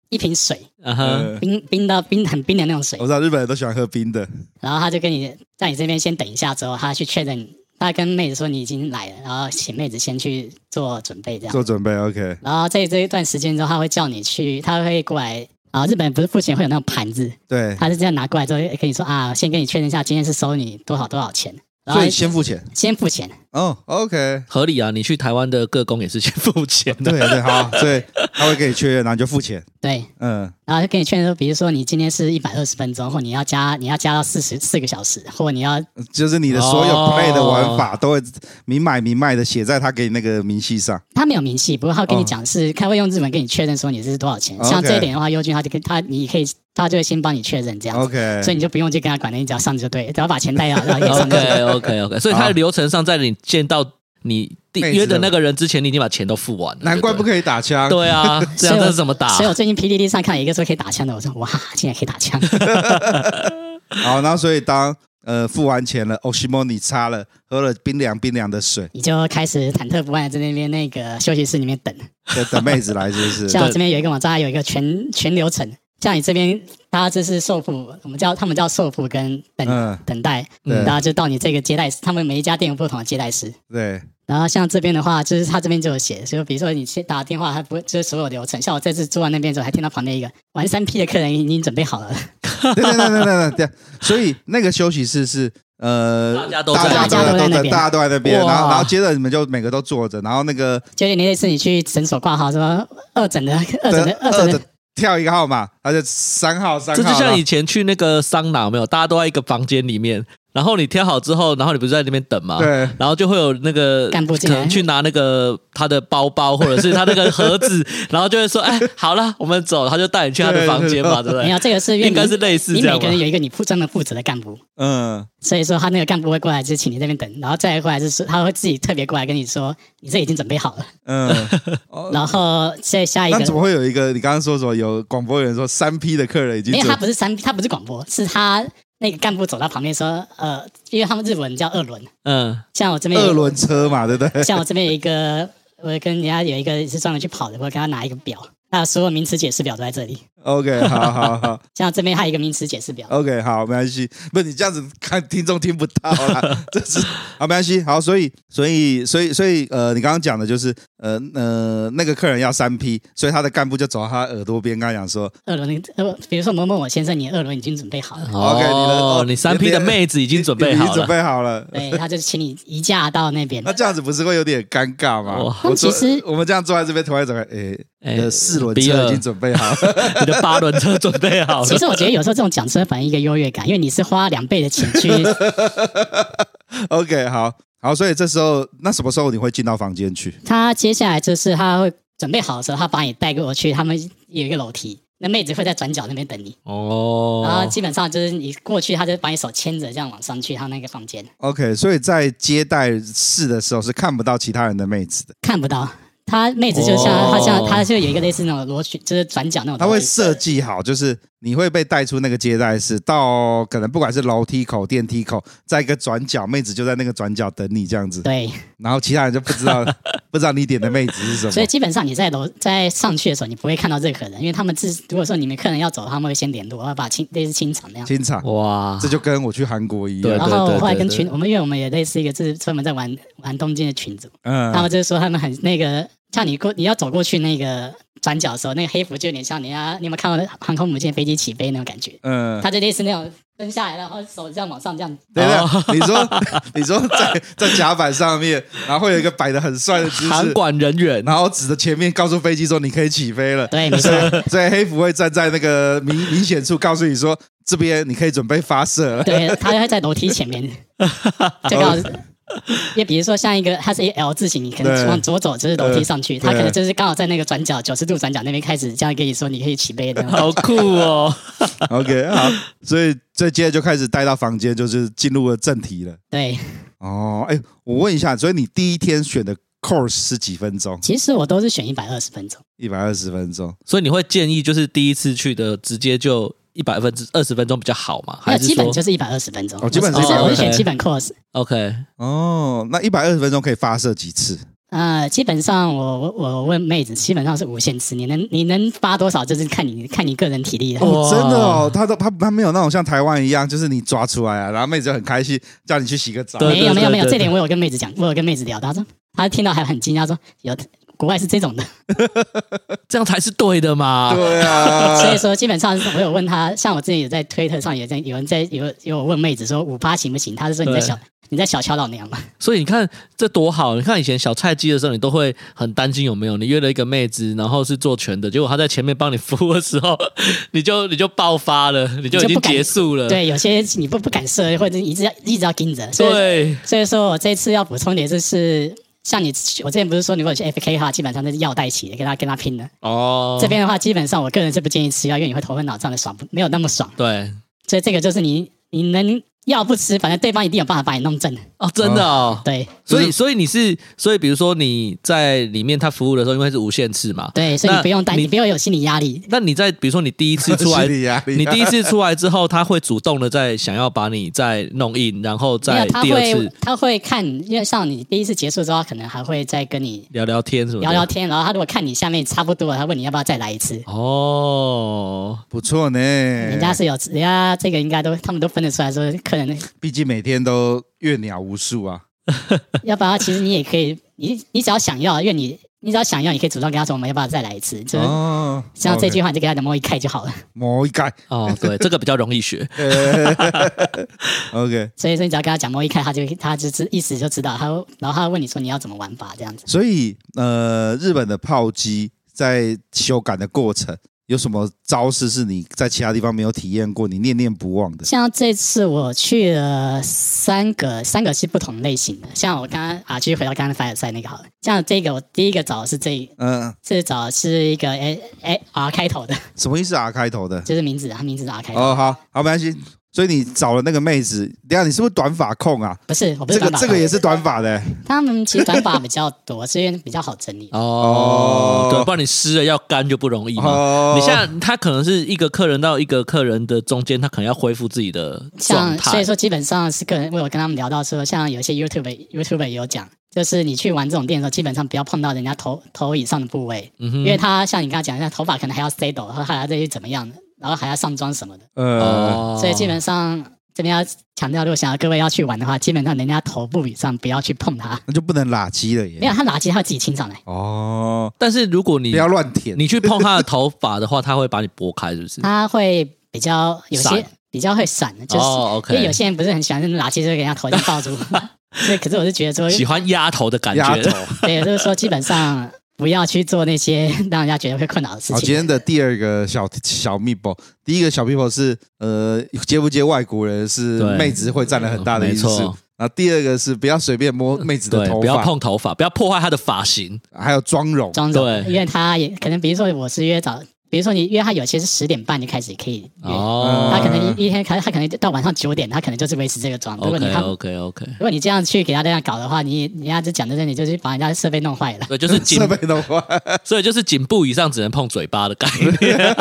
D: 一瓶水。
B: 啊哈，
A: 呃
D: 冰冰到冰很冰的那种水
A: 我，知道日本人都喜欢喝冰的。
D: 然后他就跟你在你这边先等一下，之后他去确认，他跟妹子说你已经来了，然后请妹子先去做准备这样。
A: 做准备，OK。
D: 然后在这一段时间之后，他会叫你去，他会过来。啊，日本不是付钱会有那种盘子，
A: 对，
D: 他是这样拿过来之后跟你说啊，先跟你确认一下今天是收你多少多少钱，然后
A: 所以先付钱。
D: 先付钱。
A: 哦，OK。
B: 合理啊！你去台湾的各工也是先付钱啊
A: [laughs]
B: 的，
A: 对对，
D: [laughs]
A: 好，所以他会给你确认，然后你就付钱。
D: 对，
A: 嗯，
D: 然后就跟你确认说，比如说你今天是一百二十分钟，或你要加你要加到四十四个小时，或你要
A: 就是你的所有
D: 哦
A: play 的玩法都会明买明卖的写在他给你那个明细上。
D: 他没有明细，不过他会跟你讲是，他会用日文跟你确认说你这是多少钱。
A: 哦 OK
D: 像这一点的话，优君他就跟他你可以，他就会先帮你确认这样子
A: OK。
D: 所以你就不用去跟他管了，你只要上就对了，只要把钱带好，然后你上就对了。
B: OK OK OK，所以它的流程上，在你见到你第
A: 妹子的
B: 约的那个人之前，你已经把钱都付完了，
A: 难怪不
B: 以。
A: 可以打枪。
B: 对啊，这样
D: 所以
B: 这
D: 我
B: 是怎么打？
D: 所以我最近 PDD 上看了一个说可以打枪的，我说哇，竟然可以
A: [laughs]
D: 打枪，
A: 好，然后所以当呃付完钱了，哦，西蒙你擦了，喝了冰凉冰凉的水，
D: 你就开始忐忑不安地在那边那个休息室里面等。
A: 等等妹子来是不是？
D: 像我这边有一个网站，它有一个全全流程。像你这边，大家这是受付，我们叫他们叫受付跟等、
A: 嗯
D: 等待，
A: 对
D: 然后就到你这个接待室，他们每一家店有不同的接待室。
A: 对，
D: 然后像这边的话，就是他这边就有写，就比如说你先打电话，他不会就是所有流程。像我这次坐在那边的时候，还听到旁边一个玩三 P 的客人已经准备好了， [laughs]
A: 对对对对对对。所以那个休息室是呃，
B: 大家都
A: 大
B: 在
A: 家
D: 大家都在
A: 都
D: 那边
A: 大家都在那边，然后
B: 哇
A: 然后接着你们就每个都坐着，然后那个
D: 就有点类似你去诊所挂号说二诊的二诊的二诊的，
A: 跳一个号码，他就三号三号，
B: 这就像以
A: 然
B: 前去那个桑拿，有没有，大家都在一个房间里面，然后你挑好之后，然后你不是在那边等吗？
A: 后。对。
B: 然后就会有那个
D: 干部
B: 可
D: 进来
B: 能去拿那个他的包包或者是他那个盒子，然后就会说：“哎，好了，我们走。”他就带你去他的房间嘛，对不
D: 没
B: 对
D: [laughs] 有？这个是因为
B: 应
D: 你
B: 该是类似
D: 你
B: 这
D: 每
B: 样
D: 个
B: 吧
D: 人。有一个你负专门负责的干部，
A: 嗯，
D: 所以说他那个干部会过来，就是请你这边等，然后再过来就是他会自己特别过来跟你说你这已经准备好了，
A: 嗯，
D: 然后再下一
A: 那怎么
D: 个。
A: 会有一个？你刚刚说什么？有广播员说三批的客人已经
D: 没有，
A: 准
D: 哎他不是三，他不是广播，是他那个干部走到旁边说，呃，因为他们日文叫二轮，
B: 嗯，
D: 像我这边有一
A: 二
D: 个
A: 轮车嘛，对不对？
D: [laughs] 像我这边有一个，我跟人家有一个是专门去跑的，我给他拿一个表，那所有名词解释表都在这里。
A: OK，好好好
D: 像这边还有一个名词解释表，
A: ，OK，好，没关系。不，你这样子看听众听不到
B: [laughs]
A: 啦，这是好，没关系。好，所以所以所以所以呃，你刚刚讲的就是呃呃，那个客人要三批，所以他的干部就走到他耳朵边，跟他讲说
D: 二轮呃，比如说某某某先生，你二轮已经准备好了，
A: ：“OK，你的
B: 哦，你三 P 的妹子已
A: 已
B: 经准备好
A: 准
B: 了。
A: 备好了。” [laughs]
D: 对，他就请你移驾到那边
A: 那。这样子不是会有点尴尬吗？
B: 哇
A: 我坐
D: 那其实
A: 我们这样坐在这边，突然整个诶，
B: 哎
A: 你的四轮
B: 比
A: 车
B: 尔
A: 已经准备好了，
B: 你的八轮车准备好
D: 其
B: 了，
D: 实我觉得有时候这种讲车反映一个优越感，因为你是花两倍的钱去，
A: OK，好好，所以这时候那什么时候你会进到房间去？
D: 他接下来就是他会准备好的时候，他把你带过去，他们有一个楼梯，那妹子会在转角那边等你，然后
B: 哦，
D: 基本上就是你过去，他就把你手牵着这样往上去他那个房间。
A: OK，所以在接待室的时候是看不到其他人的妹子的，
D: 看不到。他妹子就像、
B: 哦
D: 他像他就有一个类似那种螺旋，就是转角那种
A: 他
D: 东
A: 啊会
D: 西。
A: 设计好，就是你会被带出那个接待室，到可能不管是楼梯口、电梯口，在一个转角，妹子就在那个转角等你这样子，
D: 对， [laughs]
A: 然后其他人就不知道不知道你点的妹子是什么。
D: 所以基本上你在楼在上去的时候，你不会看到任何人，因为他们自如果说你们客人要走，他们会先联络，要把清类似清场那样。
A: 清场，
B: 哇，
A: 这就跟我去韩国一样
B: 对。
D: 然后我后来跟
B: 对
D: 群，我们因为我们也类似一个是专门在玩玩东京的群组，他
A: 嗯，
D: 们就说他们很那个，像你过你要走过去那个转角的时候，那个黑服就有点像你要你有没有看过航空母舰飞机起飞那种感觉？
A: 嗯，
D: 他就类似那种蹲下来，然后手这样往上这样。
A: 对
D: 哦
A: 对，你说 [laughs] 你说在在甲板上面，然后会有一个摆的很帅的姿
B: 韩
A: 势，
B: 管人员
A: 然后指着前面告诉飞机说你可以起飞了。
D: 对，没错，
A: [laughs] 所以黑服会站在那个明明显处，告诉你说这边你可以准备发射了。
D: [laughs] 对，他会在楼梯前面，就刚好是。也比如说像一个，它是一个 L 字形，你可
A: 对
D: 能往左走就是楼梯上去，
A: 对
D: 他可能就是刚好在那个转角九十度转角那边开始这样跟你说你可以起飞的那种。
B: 好酷哦！
A: [laughs] OK，好，所以这接着就开始带到房间，就是进入了正题了。
D: 对，
A: 哦，哎，我问一下，所以你第一天选的 course 是几分钟？
D: 其实我都是选一百二十分钟。
A: 一百二十分钟。
B: 所以你会建议就是第一次去的直接就一百分之二十分钟比较好嘛？
D: 那
B: 还是
D: 基本
B: 说
D: 就是一百二十分钟。
A: 哦基本
B: 是
D: 我是啊
B: 120
D: 我是选
B: 分
D: 基本 course。
B: OK？
A: 哦，那一百二十分钟可以发射几次？
D: 呃，基本上我我我问妹子，基本上是无限次，你能你能发多少就是看你看你个人体力了。
A: 哦，
B: 哇
A: 真的哦，他都他他没有那种像台湾一样，就是你抓出来啊，然后妹子就很开心，叫你去洗个澡。
B: 对
D: 没有没有没有，
B: 对
D: 这点我有跟妹子讲，我有跟妹子聊，她说她听到还很惊讶，说有国外是这种的，
B: 这样才是对的嘛？
A: 对
B: [laughs] 呃
A: 啊，
D: 所以说基本上我有问她，像我之前有在推特上也在有人在有有我问妹子说五八行不行，她是说你在
B: 对
D: 小你在小瞧老
B: [laughs]
D: 娘嘛，
B: 所以你看这多好！你看以前小菜鸡的时候，你都会很担心有没有你约了一个妹子，然后是做全的，结果她在前面帮你服务的时候， [laughs] 你就你就爆发了，你就已
D: 你就
B: 经
D: 不敢
B: 结束了。
D: 对，有些你不不敢射，或者一直要一直要盯着，所以
B: 对
D: 所以说我这次要补充点就是，像你去我之前不是说，如果你去 FK 的话，基本上都是药带起的，跟他跟他拼的。
B: 哦，
D: 这边的话，基本上我个人是不建议吃药，因为你会头昏脑胀的爽不，没有那么爽。
B: 对
D: 所以这个就是你你能药不吃，反正对方一定有办法把你弄正的。
B: 哦，真的哦。
D: 对
B: 所以所以你是所以比如说你在里面他服务的时候，因为是无限次嘛，
D: 对，所以
B: 那
D: 你不用担，
B: 你
D: 你不要有心理压力。
B: 那你在比如说你第一次出来
A: 心。理压 [laughs] 力啊
B: 你第一次出来之后，他会主动的在想要把你再弄硬，然后
D: 没
B: 再
D: 有，他
B: 第二次
D: 会他会看，因为像你第一次结束之后，他可能还会再跟你
B: 聊聊天什么的。
D: 聊聊天，然后他如果看你下面差不多了，他问你要不要再来一次。
B: 哦，
A: 不错呢，
D: 人家是有，人家这个应该都他们都分得出来说，客人
A: 毕竟每天都阅鸟无数啊。
D: 要不然其实你也可以，你你只要想要，因为你你只要想要，你可以主动跟他说我们要不要再来一次，就是
A: 哦，
D: 像这句话你就给他的摸一开就好了。
A: 某一
B: [laughs]
A: 盖
D: [laughs]
B: 哦，对，这个比较容易学。
A: [laughs] ，OK。
D: 所以说你只要跟他讲摸一开，他就他就知意思就知道，他会然后他会问你说你要怎么玩法这样子。
A: 所以呃，日本的炮击在修改的过程有什么招式是你在其他地方没有体验过，你念念不忘的？
D: 像这次我去了三个，三个是不同类型的。像我刚刚啊，继续回到刚刚的凡尔赛那个好了。像这个我第一个找的是这
A: 嗯、
D: 这找的是一个哎哎 R 开头的， [laughs]
A: 什么意思？R 开头的？
D: 就是名字，他名字是 R 开头。
A: 哦，好，好，没关系。所以你找了那个妹子，等一下你是不是短发控啊？
D: 不是，我
A: 这
D: 不是
A: 个
D: 短发
A: 这个也是短发的、
D: 他们其实短发比较多，所以比较好整理。
B: 哦
A: 哦，
B: 对，不然你湿了要干就不容易嘛。
A: 哦，
B: 你像他可能是一个客人到一个客人的中间，他可能要恢复自己的状
D: 像所
B: 态
D: 以。说，基本上是个人，我有跟他们聊到说，像有一些 YouTube YouTube 也有讲，就是你去玩这种店的时候，基本上不要碰到人家头头以上的部位，
B: 嗯哼
D: 因为他像你刚才讲，他头发可能还要 style，然后还要再去怎么样，然后还要上妆什么的，
A: 呃，
B: 哦
D: 所以基本上这边要强调，如果想要各位要去玩的话，基本上人家头部以上不要去碰它，
A: 那就不能拉鸡了
D: 没
A: 耶。
D: 有他拿起他会自己清上来，
A: 哦，
B: 但是如果你
A: 不要乱舔。
B: 你去碰他的头发的话，他会把你拨开，是不
D: [laughs]
B: 是？
D: 他会比较有些
B: 闪
D: 比较会闪的，啊就是。
B: 哦
D: 因为有
B: ，OK，
D: 些人不是很喜欢拿起就给人家头上
B: [laughs]
D: 抱住，所以可是我是觉得说，
B: 喜欢压头的感
A: 压
B: 觉
A: 头。
D: 对，就是说基本上不要去做那些让人家觉得会困扰的事
B: 哦
A: 好，今
D: 情。
A: 天的第二个小小 m e b 第一个小 m e b 是呃接不接外国人是
B: 对
A: 妹子会占了很大的因素
B: 没错。
A: 然后第二个是不要随便摸妹子的
B: [laughs] 对，
A: 头
B: 不要
A: 发，
B: 碰头发，不要破坏他的发型。
A: 还有妆容。
D: 装着，
B: 对
D: 因为他也可能，比如说我是约早，比如说你约他有些是十点半就开始可以约，
B: 哦
D: 他可能一一天开，他可能到晚上九点，他可能就是维持这个妆。如果你看，如
B: ，OK，OK，OK。 [laughs]
D: 果你这样去给他这样搞的话，你人家就讲到这里，就是把人家设备弄坏了。
B: 对，就是颈
A: 设，备的
B: [laughs]
A: 话，
B: 所以就是颈部以上只能碰嘴巴的概念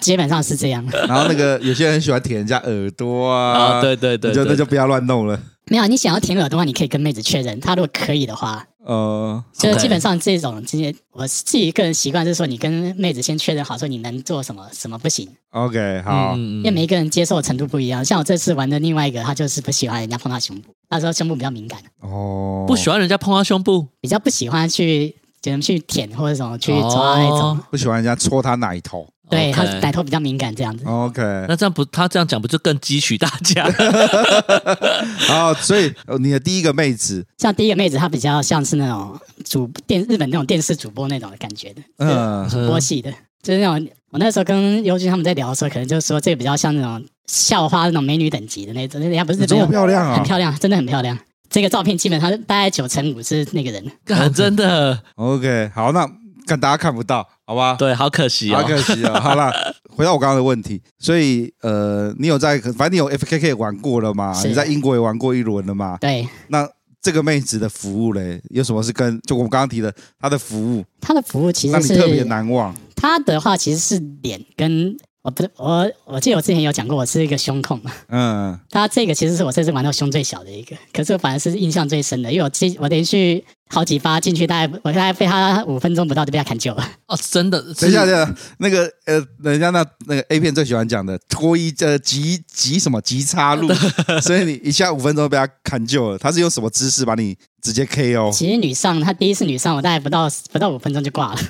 D: 基本上是这样。 [laughs]
A: 然后那个有些人喜欢舔人家耳朵 [laughs] 啊，
B: [laughs] 啊！对对对，
A: 那就
B: 对
A: 那就不要乱弄了。
B: [laughs]
D: 没有，你想要舔耳的话，你可以跟妹子确认，她如果可以的话，
A: 呃，
D: 就是
B: OK
D: 基本上这种这些，我自己个人习惯是说，你跟妹子先确认好，说你能做什么，什么不行，
A: OK，好，
B: 嗯
D: 因为每一个人接受的程度不一样。像我这次玩的另外一个，他就是不喜欢人家碰他胸部，那时候胸部比较敏感，
A: 哦，
B: 不喜欢人家碰他胸部，
D: 比较不喜欢去怎么去舔或者什么去抓那种。
B: 哦
A: 不喜欢人家戳他奶头。
D: 对
B: OK
D: 他奶头比较敏感这样子。
B: [laughs]
A: OK，
B: 那这样不，他这样讲不就更激取大家？
A: 好，所以呃你的第一个妹子，
D: 像第一个妹子，她比较像是那种主电日本那种电视主播那种的感觉的，
A: 嗯，
D: 主播系的，就是那种我那时候跟尤军他们在聊的时候，可能就说这个比较像那种校花那种美女等级的那种，人家不是
A: 你这么漂亮
D: 很
A: 啊
D: 漂亮，真的很漂亮。这个照片基本上大概九成五是那个人，
B: [laughs] 干
A: [laughs]
B: 真的，
A: ，OK，好，那看大家看不到，好吧？
B: 对，好可惜
A: 好
B: 哦。
A: 可惜啊、 [laughs] 好啦，回到我刚刚的问题，所以呃，你有在，反正你有 FKK 玩过了嘛？
D: 是
A: 你在英国也玩过一轮了嘛？
D: 对
A: 那这个妹子的服务嘞，有什么是跟就我们刚刚提的她的服务，
D: 他的服务其
A: 让
D: 实
A: 你特别
D: 是
A: 难忘？
D: 他的话其实是脸跟我不是我我记得我之前有讲过，我是一个胸控，
A: 嗯，
D: 他这个其实是我这次玩到胸最小的一个，可是我反而是印象最深的，因为我进我连续好几发进去，大概我大概被他五分钟不到就被他砍救了。
B: 哦，真的，
A: 等一下，等
B: 是
A: 一下，那个呃，人家那那个 A 片最喜欢讲的脱衣呃急急什么急插
D: [laughs]
A: 入，所以你一下五分钟被他砍救了，他是用什么姿势把你直接哦 KO？
D: 其实女上她第一次女上，我大概不到不到五分钟就挂了。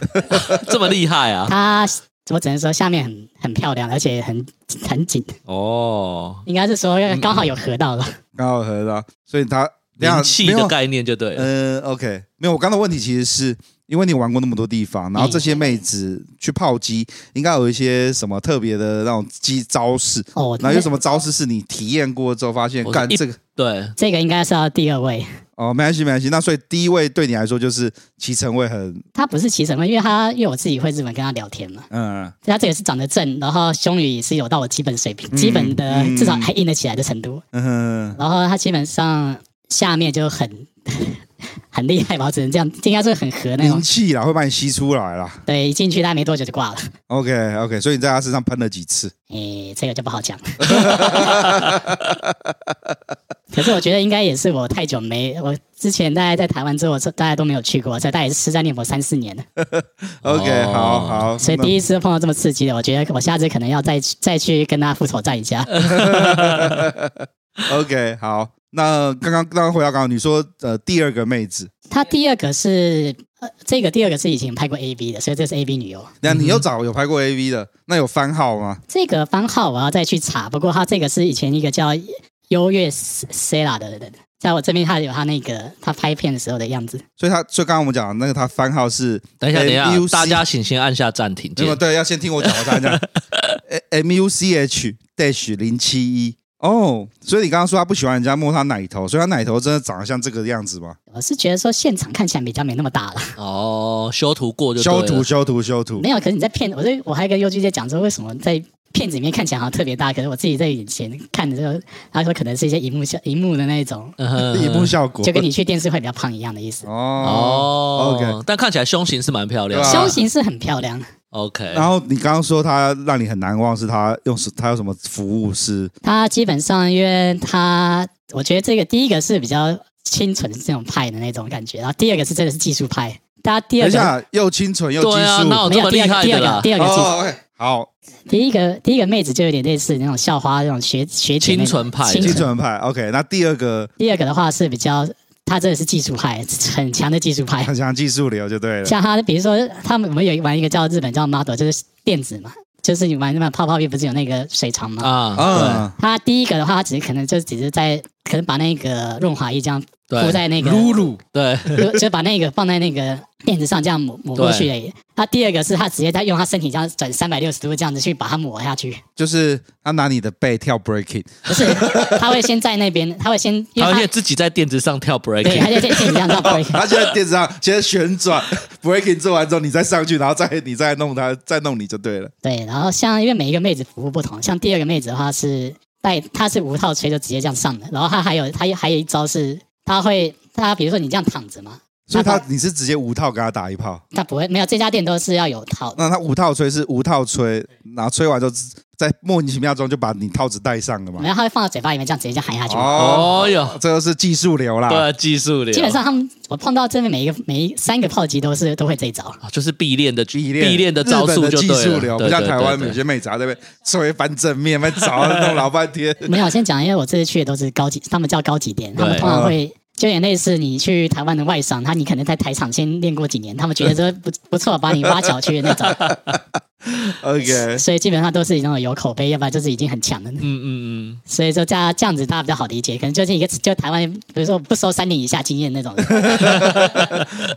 B: 这么厉害啊！
D: 她我只能说下面很很漂亮，而且很很紧，
B: 哦，
D: 应该是说
A: 嗯
D: 刚好有合到了。
A: 刚好合到，所以他
B: 灵气
A: 没有
B: 的概念就对了。
A: 嗯，OK，没有，我刚刚的问题其实是因为你玩过那么多地方，然后这些妹子去泡机，应该有一些什么特别的那种机招式，
D: 哦，
A: 然后有什
D: 么？
A: 么招式是你体验过之后发现，
B: 我
A: 干
B: 一
A: 这个
B: 对，
D: 这个应该是要第二位，
A: 哦，没关系，没关系。那所以第一位对你来说就是骑乘位很，
D: 她不是骑什么，因为她因为我自己会日本跟她聊天嘛，
A: 嗯，
D: 她这个是长得正，然后胸语也是有到我基本水平，基本的
A: 嗯
D: 至少还硬得起来的程度。
A: 嗯哼
D: 然后他基本上下面就很 [laughs] 很厉害吧，我只能这样，应该是很合那
A: 灵
D: 种。
A: 气啦，会把你吸出来啦。
D: 对，一进去大概没多久就挂了。
A: OK OK，所以你在他身上喷了几次？
D: 诶，这个就不好讲。可是我觉得应该也是我太久没，我之前大概在台湾之后，我大家都没有去过，这大概也是吃在念佛三四年了，
A: OK，、
B: 哦
A: 好好，
D: 所以第一次碰到这么刺激的，我觉得我下次可能要再去再去跟他复仇战一下。
A: 那 OK 好。那刚刚刚刚回到刚刚你说呃第二个妹子，
D: 他第二个是呃，这个第二个是以前拍过 A B 的，所以这是 A B 女优。
A: 那
B: 嗯
A: 你又找有拍过 AV 的，那有番号吗？
D: 这个番号我要再去查，不过他这个是以前一个叫优越 Sera 的人，在我这边他有他那个他拍片的时候的样子。
A: 所以他，所以刚刚我们讲的那个他番号是
B: 等一下，等一
A: MUC
B: 下，大家请先按下暂停
A: 哎没有
B: 键。
A: 对，要先听我讲，我才
B: [laughs]
A: 讲 M U C H dash 零七一哦。所以你刚刚说他不喜欢人家摸他奶头，所以他奶头真的长得像这个样子吗？
D: 我是觉得说现场看起来比较没那么大了，
B: 哦，修图过就对
A: 修
B: 了
A: 图，修图，修图
D: 没。有。可是你在片，我就我还跟优居在讲说，为什么在片子里面看起来好像特别大，可是我自己在眼前看的时候，他说可能是一些荧幕效荧幕的那一种，
B: 嗯哼
A: 荧幕效果
D: 就跟你去电视会比较胖一样的意思。
A: 哦。
B: 哦
A: OK
B: 但看起来胸型是蛮漂亮
A: 对啊
B: 的。
D: 胸型是很漂亮，
B: OK，
A: 然后你刚刚说他让你很难忘，是他用什他有什么服务是
D: 他基本上因为他，我觉得这个第一个是比较清纯这种派的那种感觉，然后第二个是真的是技术派。大家第
A: 等
D: 二
A: 一
D: 个
A: 下又清纯又技
B: 对啊，
A: 术
B: 那有
D: 没
B: 这么
D: 有
B: 厉
D: 第二个
B: 害
D: 第
B: 的
D: 二
B: 啦
D: 个？第二个技术，
A: 哦，OK，好
D: 第一个第一个妹子就有点类似那种校花那种学学姐那种
B: 清纯派的
A: 清
D: 清纯。
A: 纯派 OK。那第二个
D: 第二个的话是比较，她真的是技术派，很强的技术派。 [laughs]
A: 很强技术流就对了。
D: 像她，比如说他们我们有一玩一个叫日本叫 model，就是电子嘛，就是你玩那么泡泡浴不是有那个水床吗？
B: 啊，
A: 嗯，
D: 她第一个的话，她只是可能就只是在可能把那个润滑液这样
B: 对
D: 敷在那个
A: 露露
B: 对
D: 就就把那个放在那个垫子上这样抹抹过去而已。他第二个是他直接在用他身体这样转三百六十度这样子去把它抹下去，
A: 就是他拿你的背跳 breaking，
D: 不是他会先在那边，他会先
B: 对，
D: 因
B: 而且
D: 为
B: 自己在垫子上跳
D: 他对，他
B: breaking，
D: 就在垫子上这样
A: 哦
D: break，
A: 他现在垫子上，现在旋转 [laughs] breaking 做完之后，你再上去，然后再你再弄他，再弄你就对了。
D: 对，然后像因为每一个妹子服务不同，像第二个妹子的话是带她是无套吹就直接这样上的，然后她还有她还有一招是她会她比如说你这样躺着嘛，
A: 所以
D: 那
A: 他
D: 他
A: 你是直接无套跟他打一炮，
D: 她不会没有这家店都是要有套的，
A: 那他无套吹是无套吹，然后吹完之后在莫名其妙中就把你套子戴上了嘛。
D: 然后他会放到嘴巴里面，这样直接就含下去。
A: 哦，
B: 哦哟，
A: 这个是技术流啦。
B: 对啊，技术流，
D: 基本上他们我碰到这边每一个每一三个炮击都是都会这一招，
B: 啊就是必练的
A: 必练
B: 必练的招
A: 日本
B: 数
A: 的
B: 就
A: 技
B: 对了，
A: 术流，
B: 对
A: 不像
B: 对
A: 台湾
B: 对对
A: 有些妹子在那边稍微翻正面，翻找弄老半
B: [laughs]
A: 天。
D: 没有，先讲，因为我这次去的都是高级，他们叫高级店，他们
B: 对
D: 通常会就有点类似你去台湾的外商，他你可能在台场先练过几年，他们觉得这不不错，把你挖角去的
B: [laughs]
D: 那种，
A: OK，
D: 所以基本上都是那种有口碑，要不然就是已经很强的。
B: 嗯嗯嗯，
D: 所以说这样这样子大家比较好理解，可能就是一个就台湾，比如说不收三年以下经验
B: [laughs]
D: 那种，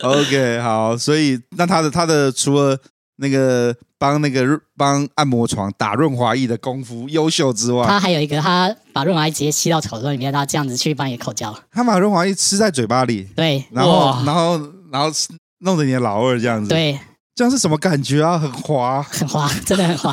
A: OK，好，所以那他的他的除了那个帮那个帮按摩床打润滑液的功夫优秀之外，
D: 他还有一个他把润滑液直接吸到口中里面，他这样子去帮你口交，
A: 他把润滑液吃在嘴巴里，
D: 对
A: 然后
B: 哇
A: 然后然后弄得你的老二这样子，，
D: 对，
A: 这样是什么感觉啊？很滑，
D: 很滑， [laughs] 真的
B: [laughs]
D: 很滑。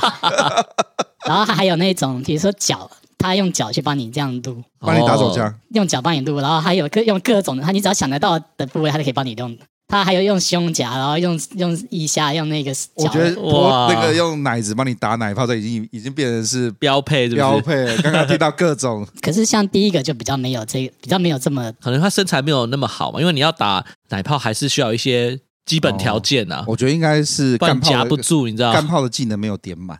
D: 然后他还有那种，比如说脚，他用脚去帮你这样撸，
A: 帮你打手枪
B: 哦，
D: 用脚帮你撸，然后还有各用各种的，他你只要想得到的部位，他都可以帮你用。他还有用胸夹，然后用用腋下，用那个脚。
A: 我觉得
B: 哇
A: 我那个用奶子帮你打奶泡，这已经已经变成是
B: 标配是不
A: 标
B: 是？
A: 配了。刚刚听到各
B: [laughs]
A: 种，
D: 可是像第一个就比较没有这个，比较没有这么
B: 可能他身材没有那么好嘛，因为你要打奶泡还是需要一些基本条件啊，
A: 我觉得应该是
B: 不
A: 哦干
B: 然
A: 炮
B: 夹
A: 的
B: 不啊住，你知道
A: 干炮的技能没有点
B: [laughs]
A: 满，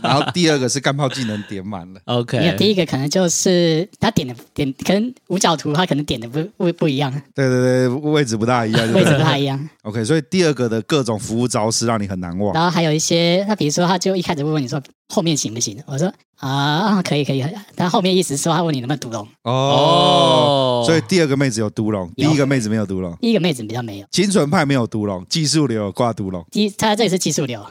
A: 然后第二个是干炮技能点满了。
D: 没有。第
B: ？OK，
D: 一个可能就是他点的点，可能五角图他可能点的不不不一样，
A: 对对对，位置不大一样，对
D: 位
A: 不
D: 置
A: 对
D: 不太
A: [laughs]
D: 一样。
A: OK，所以第二个的各种服务招式让你很难忘。
D: 然后还有一些，他比如说他就一开始会问你说后面行不行，我说啊啊可以可以，但后面意思是说他问你能不能读龙，
B: 哦
A: 所以第二个妹子有独龙，第
D: 有
A: 一个妹子没有独龙，
D: 第一个妹子比较没有。
A: 清纯派没有独龙，技术流有挂独龙。
D: 技，他这里是技术流，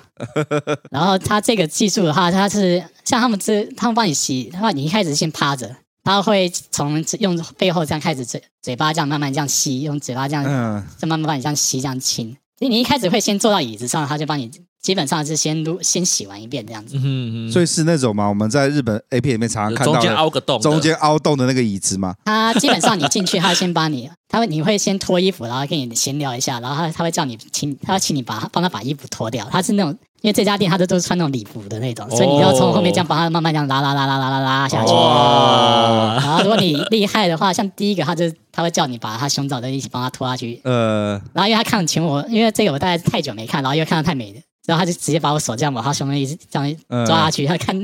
D: 然后他这个技术的话，他是像他们这，他们帮你洗，他你一开始先趴着，他会从用背后这样开始嘴嘴巴这样慢慢这样吸，用嘴
B: 哎
D: 巴这样
A: 嗯，
D: 再慢慢帮你这样吸这样亲。所以你一开始会先坐到椅子上，他就帮你基本上是先撸先洗完一遍这样子。
B: 嗯哼嗯
A: 所
B: 以
A: 以是那种嘛，我们在日本 A 片里面常常看
B: 中
A: 到
B: 间
A: 的
B: 凹个洞的，
A: 中间凹洞的那个椅子嘛。
D: 他基本上你进去，他先帮你，他会你会先脱衣服，然后跟你闲聊一下，然后他他会叫你请，他要请你把帮他把衣服脱掉。他是那种，因为这家店他都都是穿那种礼服的那种，所以你要从后面这样帮他慢慢这样拉拉拉拉拉拉拉下去。哦
B: 哦哇，
D: 然后如果你厉害的话，像第一个他就他会叫你把他胸罩都一起帮他脱下去，
A: 呃，
D: 然后因为他看前我，因为这个我大概太久没看，然后又看到太美了，然后他就直接把我手这样往他胸那里这样
A: 嗯
D: 抓下去，他看，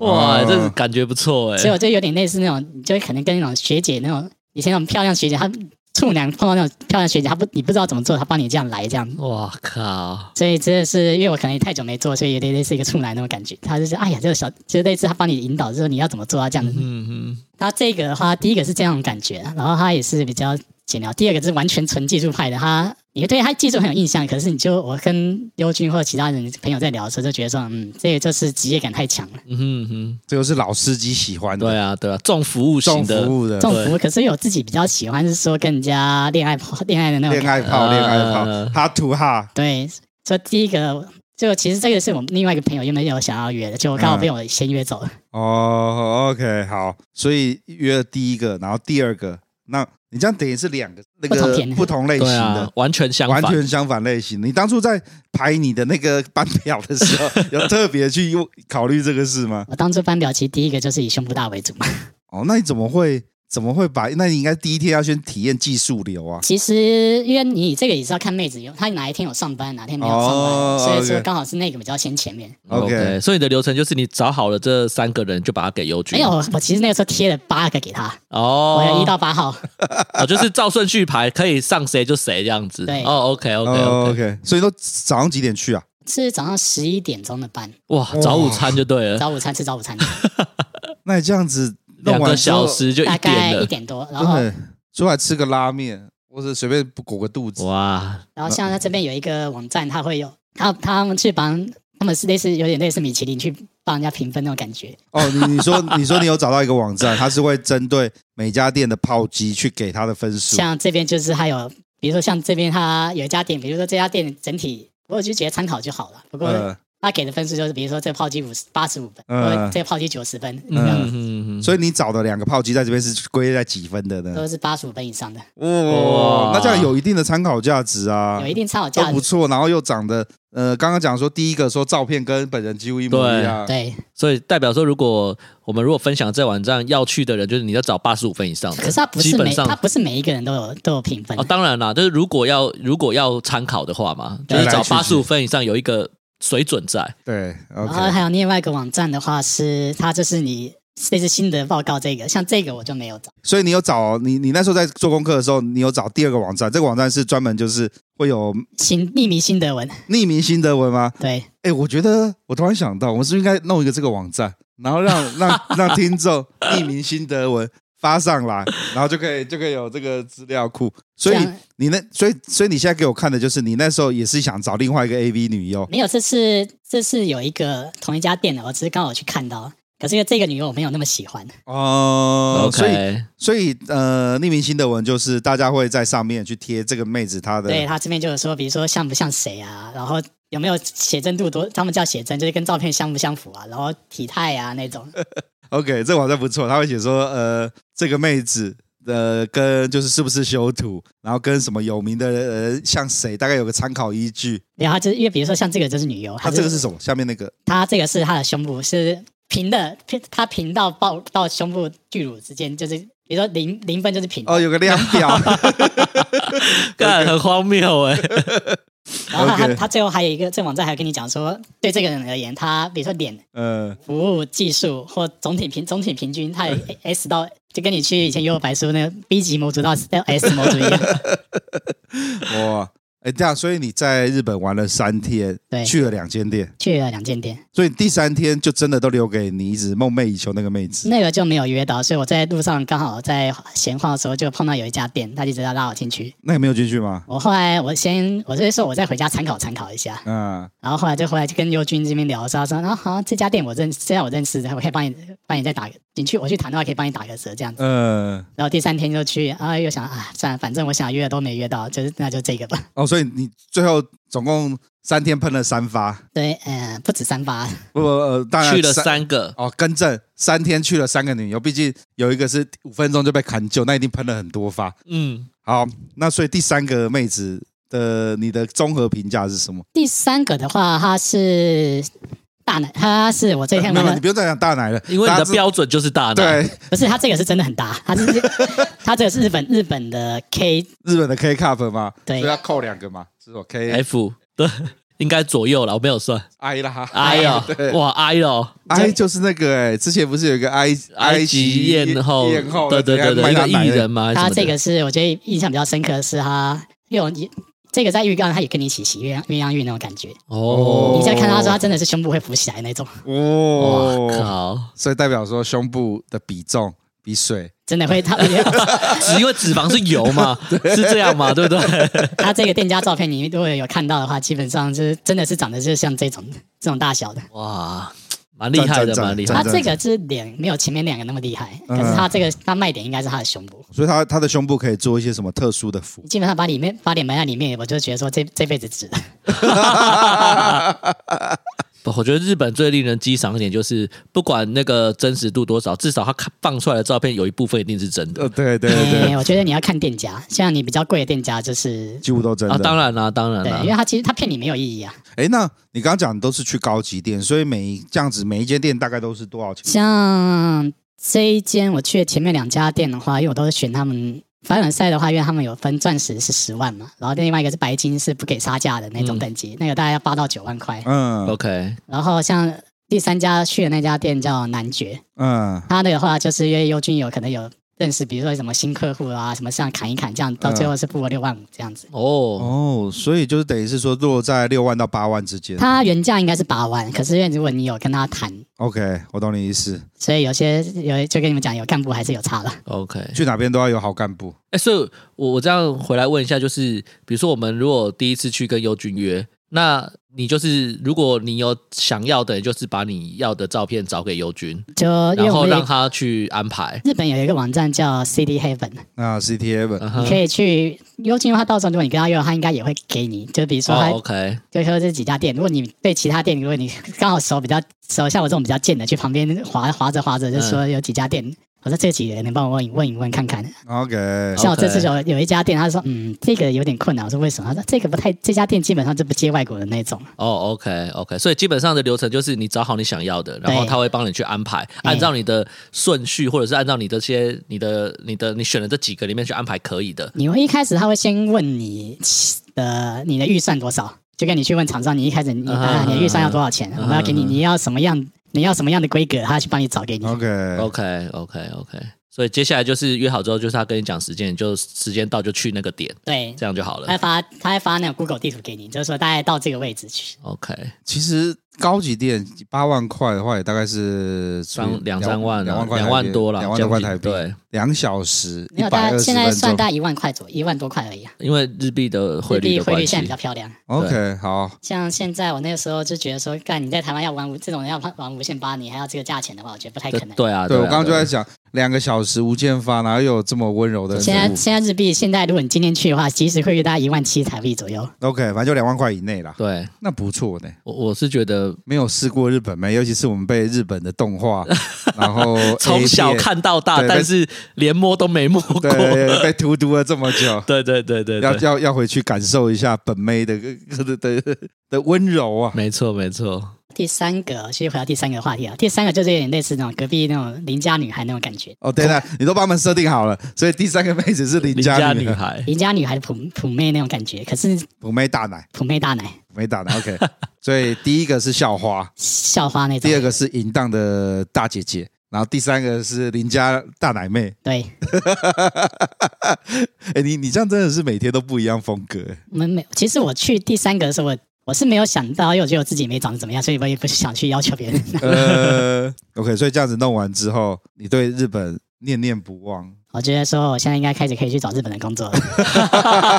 B: 哇，
A: 哦
B: 这感觉不错
D: 所以
B: 哎，
D: 我就有点类似那种，你就可能跟那种学姐那种以前那种漂亮学姐，她处男碰到那种漂亮学姐，她不你不知道怎么做，她帮你这样来这样。
B: 哇靠，
D: 所以真的是因为我可能也太久没做，所以有点类似一个处男那种感觉。他就是哎呀，这个小就类似他帮你引导之后你要怎么做啊这样子。
B: 嗯哼，
D: 他这个的话，第一个是这样的感觉，啊然后他也是比较简聊。第二个是完全纯技术派的，他你对他技术很有印象，可是你就我跟优君或者其他人朋友在聊的时候，就觉得说，嗯，这个就是职业感太强了，
B: 嗯哼嗯哼，
A: 这个是老司机喜欢的，
B: 对啊对啊，重服务
A: 重
B: 型的，
A: 服务的
D: 这种服务。可是我自己比较喜欢是说跟人家恋爱泡恋爱的那种
A: 恋
D: 感觉，
A: 爱炮，
B: 呃
A: 恋爱炮，哈图哈，
D: 对，所以第一个。就其实这个是我们另外一个朋友原本有想要约的，就刚好被我先约走了。
A: 哦，OK，好，所以约了第一个，然后第二个，那你这样等于是两个那
D: 不同
A: 个
D: 片
A: 不同类型
B: 对
A: 的
B: 啊，，完全相
A: 完
B: 反，
A: 全相反类型。你当初在排你的那个班表的时候，有特别去用考虑这个事
B: [laughs]
A: 吗？
D: 我当初班表其实第一个就是以胸部大为主
A: [laughs]
D: 嘛。
A: 哦，那你怎么会怎么会把？那你应该第一天要先体验技术流啊。
D: 其实，因为你这个也是要看妹子有，她哪一天有上班，啊哪天没有上班，
A: 哦嗯
D: 所以说
A: OK
D: 刚好是那个比较先前面。
A: OK
B: 所以你的流程就是你找好了这三个人，就把它给邮局。
D: 没有，我其实那个时候贴了八个给她，
B: 哦，
D: 哎我有一到八号，
B: 哦，就是照顺序排，可以上谁就谁这样子。
D: 对
B: 哦，OK OK
A: 哦
B: OK，
A: OK，所以说早上几点去啊？
D: 是早上十一点钟的班，
B: 哇，早午餐就对了，
D: 早午餐吃早
A: [laughs]
D: 午餐，
A: 那你这样子弄
B: 两
A: 完
B: 个
A: 之后
B: 小，时就啊
D: 大
B: 一
D: 概
B: 点
D: 一
B: 了，
D: 点多，然
A: 真
D: 后
A: 的出来吃个拉面，或者随便裹个肚子。
B: 哇，
A: 嗯
D: 然后像他这边有一个网站，他会有他他们去帮他们是类似有点类似米其林去帮人家评分那种感觉，
A: 哦，你你说你说你有找到一个网站，它是会针对每家店的炮击去给它的分数。
D: 像这边就是还有，比如说像这边他有一家店，比如说这家店整体，我就觉得参考就好了，不过。
A: 呃，
D: 他给的分数就是，比如说这个炮击五十八十五分，
A: 嗯
D: 或者这个炮击九十分，这样
B: 嗯嗯嗯，
A: 所以你找的两个炮击在这边是归在几分的
B: 呃
A: 呢？
D: 都是八十五分以上的，
A: 哦，那这样有一定的参考价值啊，
D: 有一定参考
A: 都
D: 价
A: 不
D: 值。
A: 错。然后又长得，呃，刚刚讲说第一个说照片跟本人几乎一模一样，
D: 对，
B: 所以代表说，如果我们如果分享这网站要去的人，就是你要找八十五分以上的，
D: 可是他不
B: 基
D: 是
B: 本
D: 每
B: 上
D: 他不是每一个人都有都有评分
B: 哦，，当然啦，就是如果要如果要参考的话嘛，就是找
A: 来来去去
B: 八十五分以上有一个水准在，
A: 对
D: 然后
A: ，OK，
D: 还有另外一个网站的话是，它就是你这次心得报告这个，像这个我就没有找，
A: 所以你有找你你那时候在做功课的时候，你有找第二个网站，这个网站是专门就是会有
D: 新匿名心得文，
A: 匿名心得文吗？
D: 对，
A: 哎，我觉得我突然想到，我们是不是应该弄一个这个网站，然后让让让听众匿名心得文发上来，然后就可以就可以有这个资料库。所以
D: 这样
A: 你那所以所以你现在给我看的就是你那时候也是想找另外一个 AV 女优，
D: 没有这次这次有一个同一家店的，我只是刚好去看到，可是因为这个女优我没有那么喜欢，
A: 哦
B: OK，
A: 所以所以呃，匿名心得文就是大家会在上面去贴这个妹子她的
D: 对她这边就有说，比如说像不像谁啊，然后。有没有写真度多？他们叫写真，就是跟照片相不相符啊，然后体态啊
A: [laughs]
D: 那种。
A: OK，这网站不错，他会写说，呃，这个妹子，呃，跟就是是不是修图，然后跟什么有名的呃，像谁，大概有个参考依据。
D: 然后就是因为比如说像这个就是女优，
A: 他、
D: 她
A: 这个是什么？下面那个
D: 她这个是她的胸部是平的，平她平到爆到胸部巨乳之间，就是比如说零零分就是平的
A: 哦，有个 [laughs] 量表，
B: 干很荒谬哎、
D: 然后他
A: OK
D: 他最后还有一个，这网站还有跟你讲说，对这个人而言，他比如说脸、
A: 呃，
D: 服务、技术或总体平总体平均，他有 S 到就跟你去以前优白书那个 B 级模组到 S 模组一样。
A: 哇，哎，这样，所以你在日本玩了三天，
D: 对
A: 去了两间店，
D: 去了两间店，
A: 所以第三天就真的都留给你一直梦寐以求那个妹子。
D: 那个就没有约到，所以我在路上刚好在闲晃的时候就碰到有一家店，他一直要拉我进去。
A: 那你没有进去吗？
D: 我后来我先我就是说我再回家参考参考一下，
A: 嗯，
D: 然后后来就回来就跟优君这边聊，说说啊好，这家店我认，虽然我认识，我可以帮你帮你再打个进去，我去谈的话可以帮你打个折这样子。
A: 呃，
D: 然后第三天就去啊，又想啊，算了，反正我想约的都没约到，就是那就这个吧。
A: 哦，所以你最后总共三天喷了三发，
D: 对，呃，不止三八，
A: 不不，呃， [laughs] 当然
B: 去了三个，
A: 哦，更正，三天去了三个女优，毕竟有一个是五分钟就被砍救，那一定喷了很多发。
B: 嗯，
A: 好，那所以第三个妹子的你的综合评价是什么？
D: 第三个的话，他是大奶，他是我这天
A: 没
B: 呃
D: 玩
A: 有，你
D: 的，
A: 不用再讲大奶了，
B: 因为你
A: 大
B: 的
A: 家知
B: 标准啊就是大奶，
A: 对
D: 不是他这个是真的很大，他是 [laughs] 他这个是日本日本的 K，
A: 日本的 K cup 嘛，
D: 对
A: 所以要扣两个嘛，是我 K
B: F 对，应该左右了，我没有算
A: I 啦 [laughs]
B: ，I 哦，哇 I 哦，
A: ，I 就是那个哎、之前不是有一个 I
B: 埃及艳后，
A: 艳后
B: 对对对
A: 卖
B: 对，一
A: 她
B: 个
A: 奶
B: 艺人嘛，还是
D: 他
B: 什么
D: 这
B: 的
D: 个是我觉得印象比较深刻的是他，因为我这个在浴缸，他也跟你一起洗鸳鸯鸳鸯浴那种感觉，
B: 哦
D: 你再看他说他真的是胸部会浮起来那种，
B: 哇
A: 哦，
B: 靠，
A: 所以代表说胸部的比重比水
D: 真的会他。
B: 只因为脂肪是油
A: [laughs]
B: 嘛，是这样嘛，对不对？ [laughs]
D: 他这个店家照片，你如果有看到的话，基本上就是真的是长得就是像这种这种大小的。
B: 哇，蛮厉害的，
A: 赞赞
B: 蛮厉害
D: 他
A: 赞
B: 的。
D: 这个是脸没有前面两个那么厉害，
A: 嗯
D: 可是他这个他卖点应该是他的胸部，
A: 所以她她的胸部可以做一些什么特殊的服
B: [laughs]
A: 务？
D: 基本上把里面把脸埋在里面，我就觉得说这这辈子值了。
B: 不我觉得日本最令人激赏的点就是，不管那个真实度多少，至少他看放出来的照片有一部分一定是真的
A: 呃，对对对，
D: [laughs] 哎我觉得你要看店家，像你比较贵的店家就是
A: 几乎都真的。
B: 啊！当然啦，当然
D: 对，因为
B: 啦，
D: 他其实他骗你没有意义啊。
A: 哎，那你刚刚讲的都是去高级店，所以每一这样子每一间店大概都是多少钱？
D: 像这一间我去的前面两家店的话，因为我都是选他们。凡尔赛的话，因为他们有分钻石是十万嘛，然后另外一个是白金是不给杀价的那种
B: 嗯
D: 等级，那个大概要八到九万块。
A: 嗯
B: OK，
D: 然后像第三家去的那家店叫男爵，
A: 嗯，
D: 他那个话就是因为优君有可能有认识，比如说什么新客户啊，什么像砍一砍这样，到最后是付了六万五这样子。
B: 哦，
A: 哦，所以就是等于是说落在六万到八万之间。
D: 他原价应该是八万，可是因为如果你有跟他谈，
A: OK，我懂你意思，
D: 所以有些有就跟你们讲，有干部还是有差的。
B: OK，哎、
A: 去哪边都要有好干部。
B: 所以我我这样回来问一下，就是比如说我们如果第一次去跟优君约，那你就是如果你有想要的，就是把你要的照片找给优君，
D: 就哦因为
B: 然后
D: 我们
B: 让
D: 有
B: 他去安排。
D: 日本有一个网站叫 CD Heaven，
A: 那 CT Heaven，
B: 嗯
D: 你
B: 哼
D: 可以去优金的话，到时候如果你跟他约，他应该也会给你。就比如说他，
B: 哦，OK，
D: 就说这几家店，如果你对其他店，如果你刚好手比较手，像我这种比较贱的，去旁边划划着
B: 嗯
D: 划着，就说有几家店。我说这几个，能帮我问一问一问看看？
B: 嗯
A: OK，
D: 像我这次
B: OK
D: 有有一家店，他说嗯，这个有点困难。我说为什么？他说这个不太，这家店基本上就不接外国人那种。
B: 哦，OK，OK，所以基本上的流程就是你找好你想要的，然后
D: 对嗯
B: 他会帮你去安排，按照你的顺序，或者是按照你这些、你的、你的、你选的这几个里面去安排可以的。
D: 你会一开始他会先问你的你的预算多少，就跟你去问厂商，你一开始你
B: 啊哈
D: 啊你的预算要多少钱，
B: 啊哈
D: 我们要给你
B: 啊哈
D: 你要什么样你要什么样的规格，他去帮你找给你。
A: OK，
B: OK，OK，OK，所以接下来就是约好之后，就是他跟你讲时间，你就时间到就去那个点，
D: 对，
B: 这样就好了
D: 他。会发他会发那种 Google 地图给你，就是说大概到这个位置去。
B: OK，
A: 其实高级店八万块的话，也大概是
B: 三两三万
A: 两
B: 啊，
A: 万块台币，
B: 两万多了，
A: 两万多块
B: 将
A: 台
B: 近
A: 币，
B: 对，
A: 两小时
D: 没
A: 一
D: 有，
A: 百
D: 大
A: 二
D: 概
A: 十
D: 现在算
A: 分钟。
D: 大概一万块左右，一万多块而已、啊。
B: 因为日币的汇
D: 日
B: 率
D: 币
B: 的
D: 汇率
B: 关
D: 现
B: 系
D: 在比较。漂亮，
A: OK，好，
D: 像现在我那个时候就觉得说，干你在台湾要玩无这种要玩无限八，你还要这个价钱的话，我觉得不太
B: 对
D: 可能。
B: 对啊，
A: 对我
B: 啊
A: 刚刚就
B: 对啊
A: 在想，两个小时无间发，哪有这么温柔的服
D: 现在
A: 务
D: 现在日币现在，如果你今天去的话，即时汇率大概一万七台币左右。
A: ？OK，反正就两万块以内啦，
B: 对，
A: 那不错呢。
B: 我我是觉得
A: 没有试过日本妹，尤其是我们被日本的动
B: [laughs]
A: 画，然后 A 片
B: 从小看到大，
A: 对
B: 但
A: 但
B: 是连摸都没摸过。，
A: 对对对被荼毒了这么久
B: 对对对 [laughs] 对
A: 要
B: 对，
A: 要要回去感受一下本妹的的的的温柔啊。
B: 没错没错。
D: 第三个，其实回到第三个话题啊，第三个就是有点类似那种隔壁那种邻家女孩那种感觉，
A: 哦，对了，你都帮他们设定好了，所以第三个妹子是邻
B: 邻
A: 家
B: 家
A: 女
B: 女
A: 孩，
B: 孩，
D: 邻家女孩的普普妹那种感觉，可是
A: 不妹大奶，
D: 普妹大奶
A: 没大奶。OK，所
B: [laughs]
A: 以第一个是校花，
D: 校花那种。
A: 第二个是淫荡的大姐姐，然后第三个是邻家大奶妹。
D: 对，
A: 哎，你你这样真的是每天都不一样风格。
D: 我们没，其实我去第三个的时候，我我是没有想到，因为我觉得我自己没长得怎么样，所以我也不想去要求别
A: [laughs]
D: 人。
A: 呃，OK，所以这样子弄完之后，你对日本念念不忘，
D: 我觉得说我现在应该开始可以去找日本人工作了。
A: 哦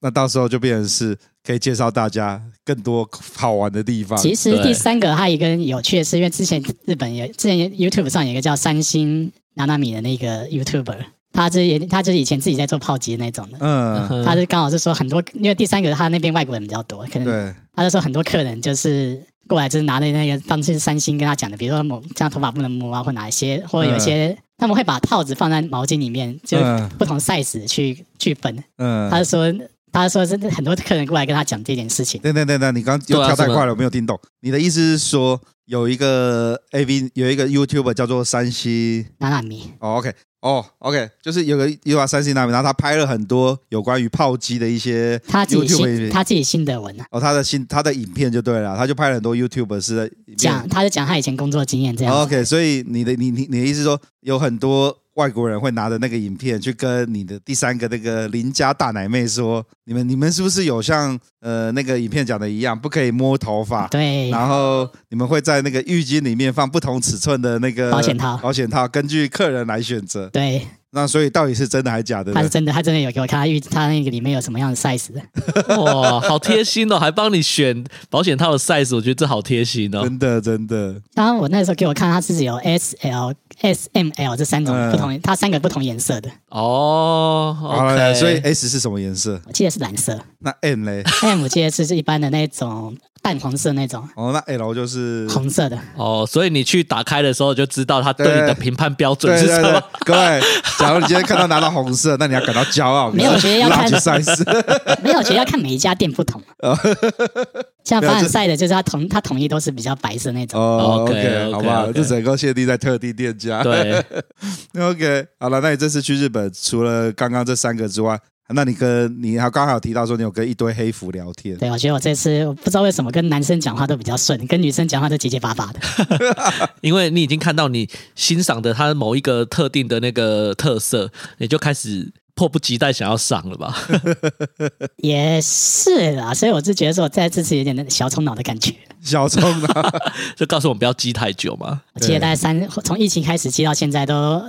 A: 那到时候就变成是可以介绍大家更多好玩的地方。
D: 其实
B: 对
D: 第三个还有一个有趣的是，因为之前日本有之前 YouTube 上有一个叫三星娜娜米的那个 YouTuber，他之前他就是以前自己在做炮击的那种的。
A: 嗯，
D: 他就刚好是说很多，因为第三个他那边外国人比较多，可能
A: 对，
D: 他就说很多客人就是过来，就是拿着那个当时三星跟他讲的，比如说某这样头发不能摸啊，或哪一些，或者有一些、他们会把套子放在毛巾里面，就
A: 嗯
D: 不同 size 去去分。他
A: 嗯，
D: 就说，他说真的很多客人过来跟他讲这件事情，
A: 等等等等，你刚
B: 对
A: 又
B: 啊
A: 跳太
B: 什么
A: 快了，我没有听懂。你的意思是说，有一个 AV，有一个 YouTuber 叫做山西，
D: 拿纳米
A: 哦，OK，哦，OK，就是有个 U R 山西那边，然后他拍了很多有关于炮击的一些
D: 他自己
A: YouTube 影
D: 新
A: 片
D: 他自己新的文啊，
A: 哦，他的新他的影片就对了，他就拍了很多 YouTube 是在影片
D: 讲他就讲他以前工作经验这样子。
A: 哦 OK，所以你的你你你的意思是说，有很多外国人会拿着那个影片去跟你的第三个那个邻家大奶妹说，你们你们是不是有像呃那个影片讲的一样，不可以摸头发，
D: 对，
A: 然后你们会在那个浴巾里面放不同尺寸的那个
D: 保险套
A: 保险套根据客人来选择。
D: 对，
A: 那所以到底是真的还假的
D: 他是
A: 呢？
D: 真的，他真的有给我看他预他那个里面有什么样的 size 的。
B: [laughs] 哇，好贴心哦，还帮你选保险套的 size，我觉得这好贴心哦。
A: 真的真的，
D: 然后我那时候给我看，他自己有 S L、S M L 这三种
A: 嗯
D: 不同，它三个不同颜色的，
B: 哦
A: 好了，
B: ，OK，
A: 所以 S 是什么颜色？
D: 我记得是蓝色
A: 那 N 嘞？
D: ，M 我记得是是一般的那种淡黄色那种，
A: 哦，那 L 就是
D: 红色的。
B: 哦，所以你去打开的时候就知道他对你的评判标准
A: 对
B: 是
A: 对
B: 什
A: 对
B: 么。，
A: 各位，假如你今天看到拿到红色，那你要感到骄傲。
D: 没有我觉得要看
A: large
B: [laughs]
A: size，
D: 没有，我觉得要看每一家店
A: [laughs]
D: 不同。
A: 哦
D: 像凡尔赛的，就是它统它统一都是比较白色那种。
A: 哦
B: OK，OK，
A: ，OK，好不好？
B: OK
A: 这整个限定在特定店家。
B: [laughs] 对，
A: [laughs] ，OK，好了，那你这次去日本，除了刚刚这三个之外，那你跟你还刚好有提到说你有跟一堆黑服聊天，
D: 对，我觉得我这次我不知道为什么跟男生讲话都比较顺，跟女生讲话都结结巴巴的。
B: 因为你已经看到你欣赏的他某一个特定的那个特色，你就开始迫不及待想要上了吧？ [laughs]
D: 也是啦，所以我是觉得说，我在这次有点那小冲脑的感觉。
A: 小冲啊，
D: [laughs]
B: 就告诉我们不要积太久嘛。
D: 我记得大概三从疫情开始积到现
A: [laughs]
D: 在都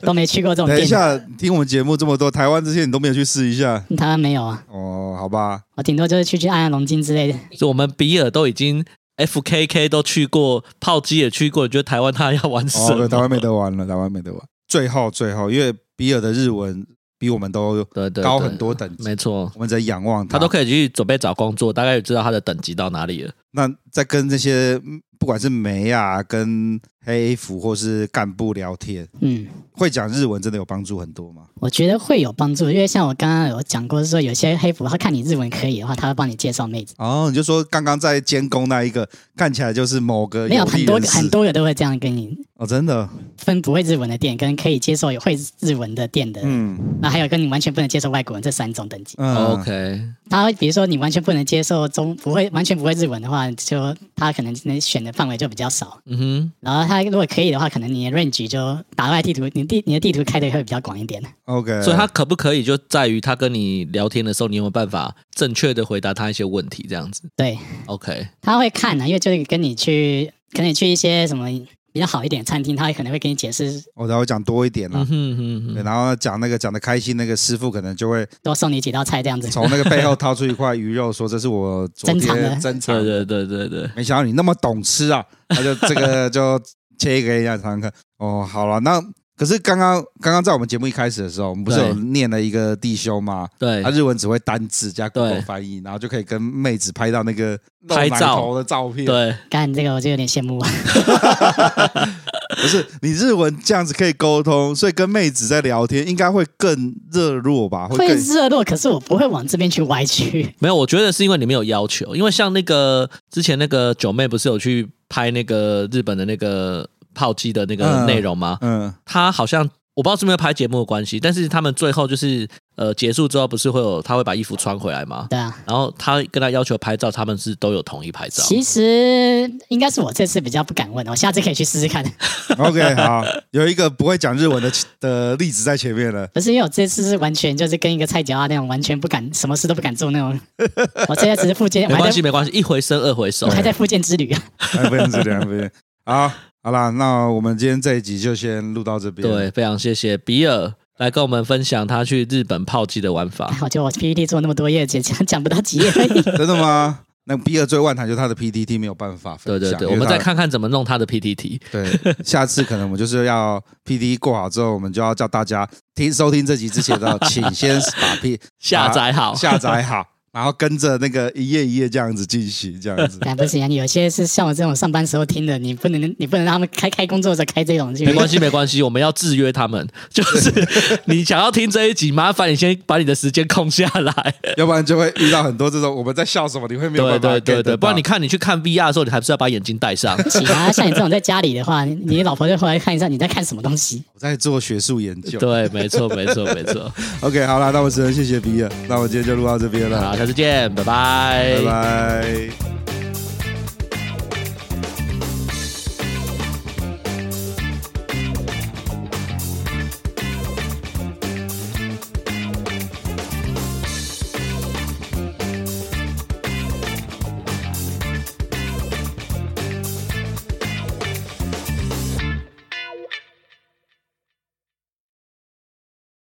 D: 都没去过这种
A: 等一
D: 店，
A: 下听我们节目这么多，台湾这些你都没有去试一下
D: 台湾没有啊。
A: 哦，好吧？
D: 我顶多就是去去按按龙筋之类的。
B: 就我们比尔都已经 FKK 都去过，炮击也去过，你觉得台湾他要玩什么？
A: 哦，台湾没得玩了，台湾没得玩。最后最后，因为比尔的日文比我们都
B: 对对
A: 高很，多等
B: 对
A: 级，
B: 没错，
A: 我们在仰望
B: 他都可以去准备找工作，大概也知道他的等级到哪里了。
A: 那在跟这些嗯不管是梅啊、跟黑服或是干部聊天，
D: 嗯，
A: 会讲日文真的有帮助很多吗？
D: 我觉得会有帮助，因为像我刚刚有讲过，说有些黑服他看你日文可以的话，他会帮你介绍妹子。
A: 哦，你就说刚刚在监工那一个看起来就是某个
D: 没有
A: 利
D: 很多
A: 人
D: 个
A: 士
D: 很多个都会这样跟你
A: 哦，真的，
D: 分不会日文的店，跟可以接受有会日文的店的，
A: 嗯
D: 那还有跟你完全不能接受外国人这三种等级。
A: 嗯
B: 哦 OK，
D: 他会比如说你完全不能接受中不会完全不会日文的话，就他可能能选的范围就比较少。
B: 嗯哼，
D: 然后他如果可以的话，可能你的 range 就打外地图，你地你的地图开的会比较广一点。
A: OK，
B: 所以他可不可以就在于他跟你聊天的时候，你有没有办法正确的回答他一些问题？这样子
D: 对，
B: ，OK，
D: 他会看啊，因为就是跟你去，可能你去一些什么比较好一点的餐厅，他可能会跟你解释，
A: 我然后讲多一点啦
B: 嗯。哼哼
A: 对
B: 哼，
A: 然后讲那个讲的开心，那个师傅可能就会
D: 多送你几道菜这样子。
A: 从那个背后掏出一块鱼肉，说：“这是我昨
D: [laughs] 珍藏的
A: 天珍藏
B: 对
A: 的。
B: 对对对对，
A: 没想到你那么懂吃啊！ [laughs] 他就这个就切一个给大家尝尝看。哦，好了，那可是刚刚刚刚在我们节目一开始的时候，我们不是
B: 对
A: 有念了一个弟兄吗？
B: 对
A: 他日文只会单字加 g
B: 对
A: o 翻译，然后就可以跟妹子拍到那个露
B: 拍
A: 奶
B: 照
A: 头的照片。
B: 对，
D: 干这个我就有点羡慕啊。
A: 不是你日文这样子可以沟通，所以跟妹子在聊天应该会更热络吧？会
D: 会
A: 更
D: 热络，可是我不会往这边去歪去。
B: 没有，我觉得是因为你没有要求，因为像那个之前那个九妹不是有去拍那个日本的那个炮击的那个
A: 嗯
B: 内容吗？
A: 嗯
B: 她好像我不知道是不是拍节目的关系，但是他们最后就是呃结束之后不是会有她会把衣服穿回来吗？
D: 对啊，
B: 然后她跟她要求拍照，他们是都有同意拍照。
D: 其实应该是我这次比较不敢问，我下次可以去试试看。 [laughs]
A: OK，好，有一个不会讲日文的的例子在前面了。
D: 不是因为我这次是完全就是跟一个菜鸟啊那种完全不敢什么事都不敢做那种， [laughs] 我现在只是复健，
B: 没
D: 我还
B: 关系，
D: 在
B: 没关系，一回生二回熟
D: 我。还在复健之旅啊。 [laughs]
A: 哎，不用这样，不
B: [laughs]
A: 用。好，好啦，那我们今天这一集就先录到这边。
B: 对，，非常谢谢比尔来跟我们分享他去日本炮击的玩法 [laughs]
D: 哎。我觉得我 PPT 做那么多页，只讲讲不到几页而已。
A: 真的吗？那比尔最万谈就是他的 PPT 没有办法分
B: 对对
A: 享
B: 对，
A: 因
B: 我
A: 为
B: 们再
A: 他
B: 看看怎么弄他的 PTT。
A: 对，下次可能我们就是要 PPT 过好之后，我们就要叫大家听收听这集之前的，请先把 P
B: [laughs] 下载好，
A: 下载好，然后跟着那个一页一页这样子进行，这
B: [laughs]
A: 样子。
D: 但不行 [laughs] 啊，你有些是像我这种上班时候听的，你不能你不能让他们开开工作的时候开这种剧。
B: 没关系，没关系，我们要制约他 [laughs] 们。就是你想要听这一集，麻烦你先把你的时间空下来。
A: 要不然就会遇到很多这种我们在笑什么，你会没有
B: [laughs] 对
A: 办法
B: 对
A: get
B: 对对，
A: 得
B: 不然
A: 到
B: 你看你去看 VR 的时候，你还不是要把眼镜戴上？
D: 系啊，像你这种在家里的话，你你老婆就回来看一下你在看什么东西。
A: 我在做学术研究。
B: [laughs] 对，没错，没错，没错。
A: OK，好啦，那我只能谢谢比尔，那我今天就录到这边
B: [laughs] 好
A: 了，
B: 啦，下次见，拜拜
A: 拜拜。